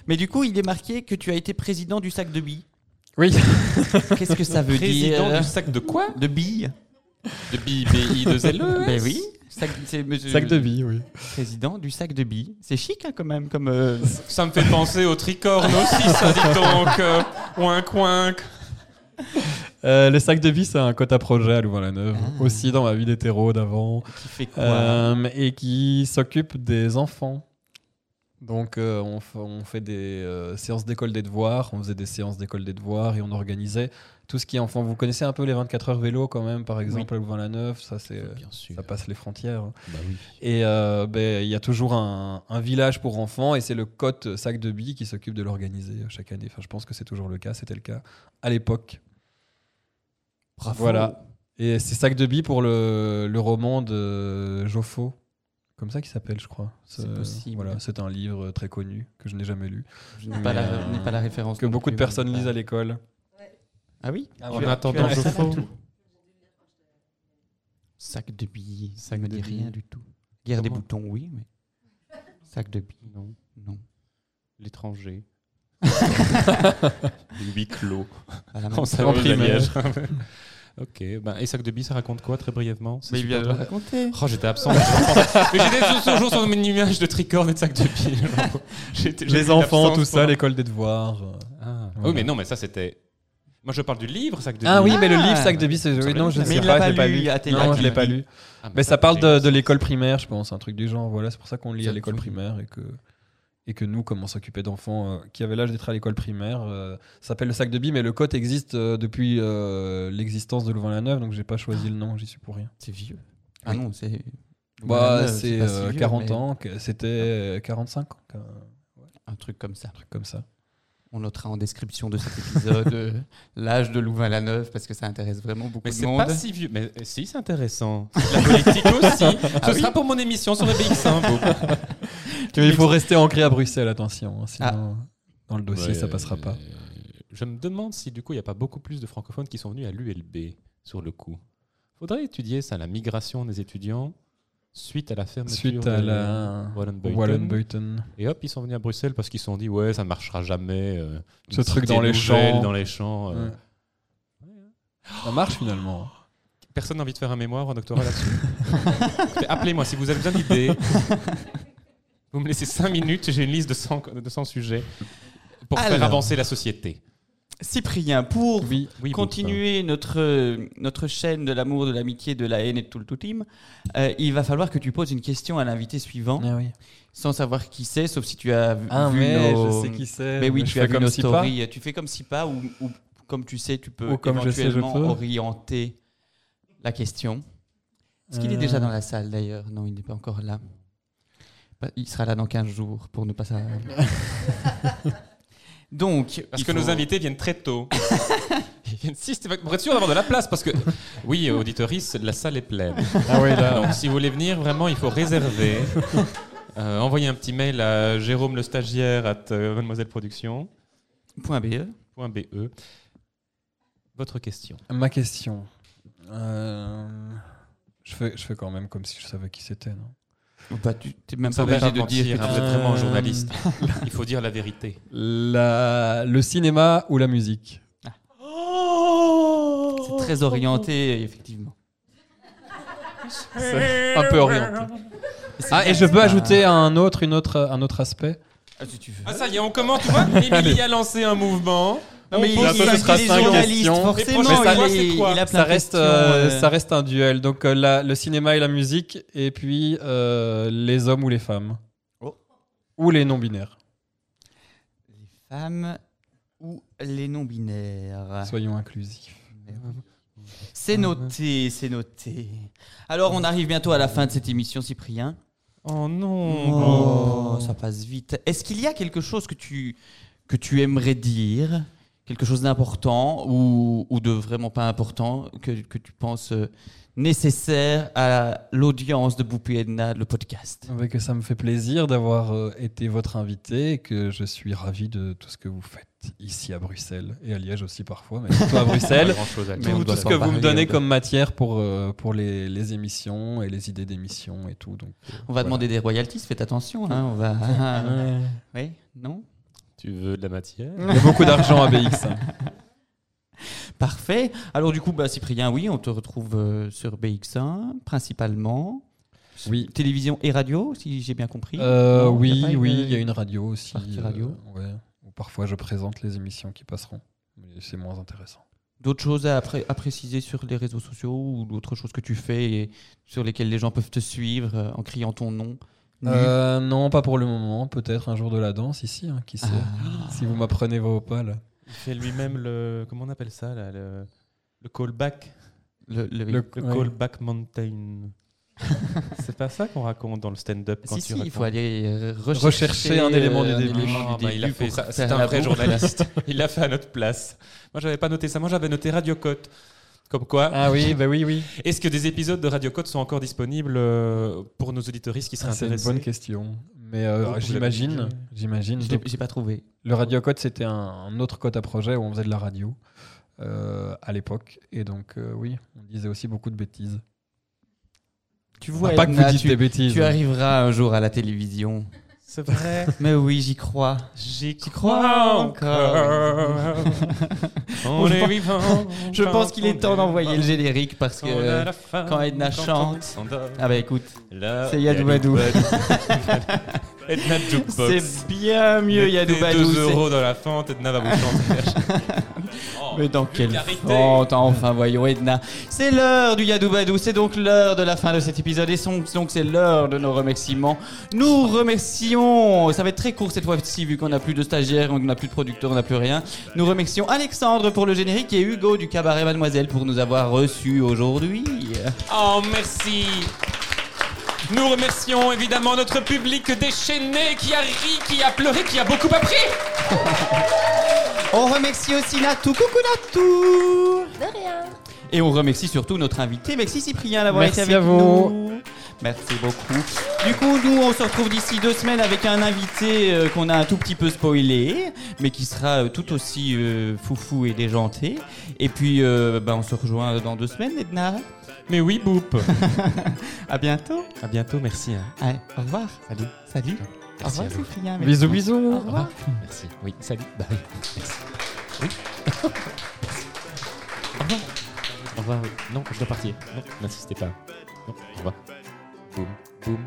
mais du coup il est marqué que tu as été président du sac de billes. Oui. Qu'est-ce que ça veut dire Président du sac de quoi De billes De BIBI de Zelle (laughs) Ben oui. Sac, c'est monsieur- Sac de vie, oui. Président du sac de billes. C'est chic hein, quand même comme. euh, Ça me fait penser au tricorne aussi, ça dit donc. euh, Ouinc, ouinc. Euh, le sac de vie, c'est un quota projet à Louvain-la-Neuve, aussi dans ma vie d'hétéro d'avant, qui fait quoi euh, et qui s'occupe des enfants. Donc, euh, on, f- on fait des euh, séances d'école des devoirs, on faisait des séances d'école des devoirs et on organisait tout ce qui est enfant. Vous connaissez un peu les 24 heures vélo quand même, par exemple, à Louvain-la-Neuve, ça c'est. euh, Bien sûr. Ça passe les frontières. hein. Bah oui. Et euh, ben, il y a toujours un, un village pour enfants et c'est le COT Sac de Billes qui s'occupe de l'organiser euh, chaque année. Enfin, je pense que c'est toujours le cas, c'était le cas à l'époque. Bravo. Voilà. Et c'est Sac de Billes pour le, le roman de Joffo, comme ça qu'il s'appelle, je crois. C'est Euh, possible. Voilà, c'est un livre très connu que je n'ai jamais lu, Je n'ai pas, la- Mais, euh, je n'ai pas la référence. que non beaucoup de plus. personnes lisent à l'école. Ah oui. En Tu as- attendant, tu as je ça fous. partout. Sac de billes, ça Sac me de dit billes. rien du tout. Guerre des Comment boutons, oui, mais (laughs) sac de billes, Non, non. l'étranger. Huis clos. À la main. On savait primaire. Liège. (laughs) ok, ben, et sac de billes, ça raconte quoi très brièvement C'est Mais il super vient de le drôle. raconter. Oh, j'étais absent. mais je (laughs) pense- mais j'étais tout- toujours sur une image de tricorne et de sac de billes. J'étais- j'ai Les fait enfants, l'absence tout ça, pendant- l'école des devoirs. euh. Ah, Voilà. Oui, mais non, mais ça c'était. Moi, je parle du livre, sac de Ah oui, billes. mais le livre Ah. Sac de vie, c'est. oui, non, je ne Mais sais il l'a pas, pas je l'ai pas lu, lu. Athéna, Non, tu je l'ai l'as pas dit. lu. Ah, Mais ça c'est parle de, génial. de l'école primaire, je pense, un truc du genre. Voilà, c'est pour ça qu'on lit à Ça- l'école primaire et que et que nous, comme on s'occupait d'enfants euh, qui avaient l'âge d'être à l'école primaire, euh, ça s'appelle le sac de billes, mais le code existe euh, depuis euh, l'existence de Louvain-la-Neuve, donc j'ai pas choisi le nom, j'y suis pour rien. C'est vieux. Ah non, c'est. Bah, Voilà, c'est pas si euh, vieux, 40 mais ans, que- c'était euh, 45 ans, qu'un Un truc comme ça. truc comme ça. On notera en description de cet épisode (laughs) euh, l'âge de Louvain-la-Neuve parce que ça intéresse vraiment beaucoup Mais de c'est monde. pas si vieux. Mais euh, si, c'est intéressant. C'est de La politique (laughs) aussi. Ce Ah oui. sera pour mon émission sur EBX1. Mais il faut rester ancré à Bruxelles, attention, hein, sinon Ah. dans le dossier ça passera pas. euh, Je me demande si du coup, il n'y a pas beaucoup plus de francophones qui sont venus à l'ULB sur le coup. Faudrait étudier ça, la migration des étudiants suite à la fermeture Suite à de la Wallenbeuten. Wallenbeuten. Et hop, ils sont venus à Bruxelles parce qu'ils se sont dit ouais, ça marchera jamais. euh, Ce une truc cité dans les nouvelle, champs. Dans les champs. euh. Ouais. Ça marche finalement. Personne n'a envie de faire un mémoire, un doctorat là-dessus. (laughs) Écoutez, Appelez-moi si vous avez besoin (laughs) d'idées. Vous me laissez 5 minutes, j'ai une liste de 100, de 100 sujets pour faire Alors. avancer la société. Cyprien, pour Oui. Oui, continuer notre, euh, notre chaîne de l'amour, de l'amitié, de la haine et de tout le tout team, euh, il va falloir que tu poses une question à l'invité suivant, Ah oui. sans savoir qui c'est, sauf si tu as vu Ah mais nos- je sais qui c'est. Mais oui, Euh, je tu fais as vu comme nos si pas. stories. Tu fais comme si pas, ou, ou comme tu sais, tu peux Ou comme je sais, je éventuellement peux. orienter la question. Est-ce qu'il est Euh. déjà dans la salle d'ailleurs Non, il n'est pas encore là. Pas- Il sera là dans 15 jours pour ne pas ça. (laughs) Donc, Parce il que faut- nos invités viennent très tôt. (laughs) Ils viennent systématiquement. Pour être sûr d'avoir de la place, parce que, oui, auditoris, la salle est pleine. Ah oui, là. Donc, si vous voulez venir, vraiment, il faut (laughs) réserver. Euh, envoyez un petit mail à Jérôme le stagiaire at euh, mademoiselleproduction.be. Point E. BE. E. Votre question. Ma question. Euh, Je fais, je fais quand même comme si je savais qui c'était, non Ou pas, Bah, tu n'es même Ça va pas obligé pas de mentir, dire. que hein, tu- vous êtes vraiment un Euh, journaliste. Il faut dire la vérité. La- Le cinéma ou la musique C'est très orienté, effectivement. Un peu orienté. Ah, et je peux ajouter un autre, une autre, un autre aspect Ah, si tu veux. Ah, ça y est, on commence, (laughs) tu vois Émilie a lancé un mouvement. Non, On mais il, pose bientôt, il- ce sera il est cinq journaliste, questions. forcément. Les prochaines il fois, est- c'est quoi il a plein ça de reste, questions, euh, euh. ça reste un duel. Donc euh, la- le cinéma et la musique, et puis euh, les hommes ou les femmes. Oh. Ou les non-binaires, Les femmes ou les non-binaires. soyons inclusifs. C'est noté, c'est noté. Alors, on arrive bientôt à la fin de cette émission, Cyprien. Oh non Oh, ça passe vite. Est-ce qu'il y a quelque chose que tu, que tu aimerais dire Quelque chose d'important ou, ou de vraiment pas important que, que tu penses euh, nécessaire à l'audience de Boupé Edna, le podcast Ouais, que ça me fait plaisir d'avoir euh, été votre invité et que je suis ravi de tout ce que vous faites ici à Bruxelles et à Liège aussi parfois, mais (laughs) surtout à Bruxelles. grand-chose à Mais on Tout, tout doit ce pas que en vous me parler, donnez on doit- comme matière pour, euh, pour les, les émissions et les idées d'émissions et tout. Donc, On euh, va voilà. Ah, demander des royalties, faites attention. hein, on (laughs) (laughs) va... oui, non Tu veux de la matière Il y a beaucoup d'argent à (laughs) BX. hein. Parfait. Alors du coup, bah, Cyprien, oui, on te retrouve euh, sur BX1 principalement. Oui. Télévision et radio, si j'ai bien compris. Euh, Non, y oui, a pas une- oui, il y a une radio aussi. partie radio. euh, ouais, où parfois je présente les émissions qui passeront, mais c'est moins intéressant. D'autres choses à, appré- à préciser sur les réseaux sociaux ou d'autres choses que tu fais et sur lesquelles les gens peuvent te suivre euh, en criant ton nom nu Euh, non, pas pour le moment. Peut-être un jour de la danse ici, hein, qui sait. Ah. Si vous m'apprenez vos pas là. Il fait lui-même le. Comment on appelle ça là, le, le callback Le- le- Le- Le Ouais. callback mountain. (laughs) C'est pas ça qu'on raconte dans le stand-up quand Si, tu si, il racontes. faut aller euh, rechercher, euh, Rechercher un élément du début. élément Ah, du bah, il a début fait pour ça. faire C'est un la vrai boue. journaliste. (laughs) Il l'a fait à notre place. Moi, j'avais pas noté ça. Moi, j'avais noté Radio Côte. Comme quoi, Ah oui, bah oui, oui. est-ce que des épisodes de Radio Côte sont encore disponibles euh, pour nos auditoristes Ah, qui seraient Ah, C'est une intéressés bonne question. Mais Oh, euh, vous l'avez j'imagine, dit. j'imagine. (laughs) Je l'ai- J'ai pas trouvé. Le radio code, c'était un, un autre code à projet où on faisait de la radio euh, à l'époque. Et donc, euh, oui, on disait aussi beaucoup de bêtises. Tu Enfin, vois, pas que vous Edna, dites tu, des bêtises. tu arriveras un jour à la télévision. C'est (laughs) vrai. Mais oui, j'y crois. J'y crois encore. (laughs) On Je est pense- vivant. (laughs) Je pense qu'il est temps d'envoyer le génie générique parce que euh, quand Edna chante- Ah bah écoute, C'est c'est Yadou Badou. (laughs) Edna Jukebox. c'est bien mieux Mettez Yadou Badou. 2 c'est- (laughs) euros dans la fente, Edna va vous chanter. Oh, Mais dans quel Vulgarité. fond Enfin, voyons, Edna. C'est l'heure du Yadoubadou, c'est donc l'heure de la fin de cet épisode et son- donc c'est l'heure de nos remerciements. Nous remercions, ça va être très court cette fois-ci vu qu'on n'a plus de stagiaires, on n'a plus de producteurs, on n'a plus rien. Nous remercions Alexandre pour le générique et Hugo du Cabaret Mademoiselle pour nous avoir reçus aujourd'hui. Oh, merci. Nous remercions évidemment notre public déchaîné qui a ri, qui a pleuré, qui a beaucoup appris. On remercie aussi Natou, coucou Natou De rien. Et on remercie surtout notre invité, Merci Cyprien, d'avoir Merci été avec à vous. nous. Merci beaucoup. Du coup, nous, on se retrouve d'ici deux semaines avec un invité euh, qu'on a un tout petit peu spoilé, mais qui sera euh, tout aussi euh, foufou et déjanté. Et puis, euh, bah, on se rejoint dans deux semaines, Edna. (laughs) Mais oui, Boop. À bientôt. À bientôt, merci. hein. Allez, au revoir. Salut. Salut. Au Merci revoir, à vous. Cyprien. Merci. Bisous, bisous. Au revoir. Merci. Oui, salut. Bye. Merci. Oui. Au revoir. Au revoir, oui. Non, je dois partir. Non, n'insistez pas. Non, au revoir. Boum, boum,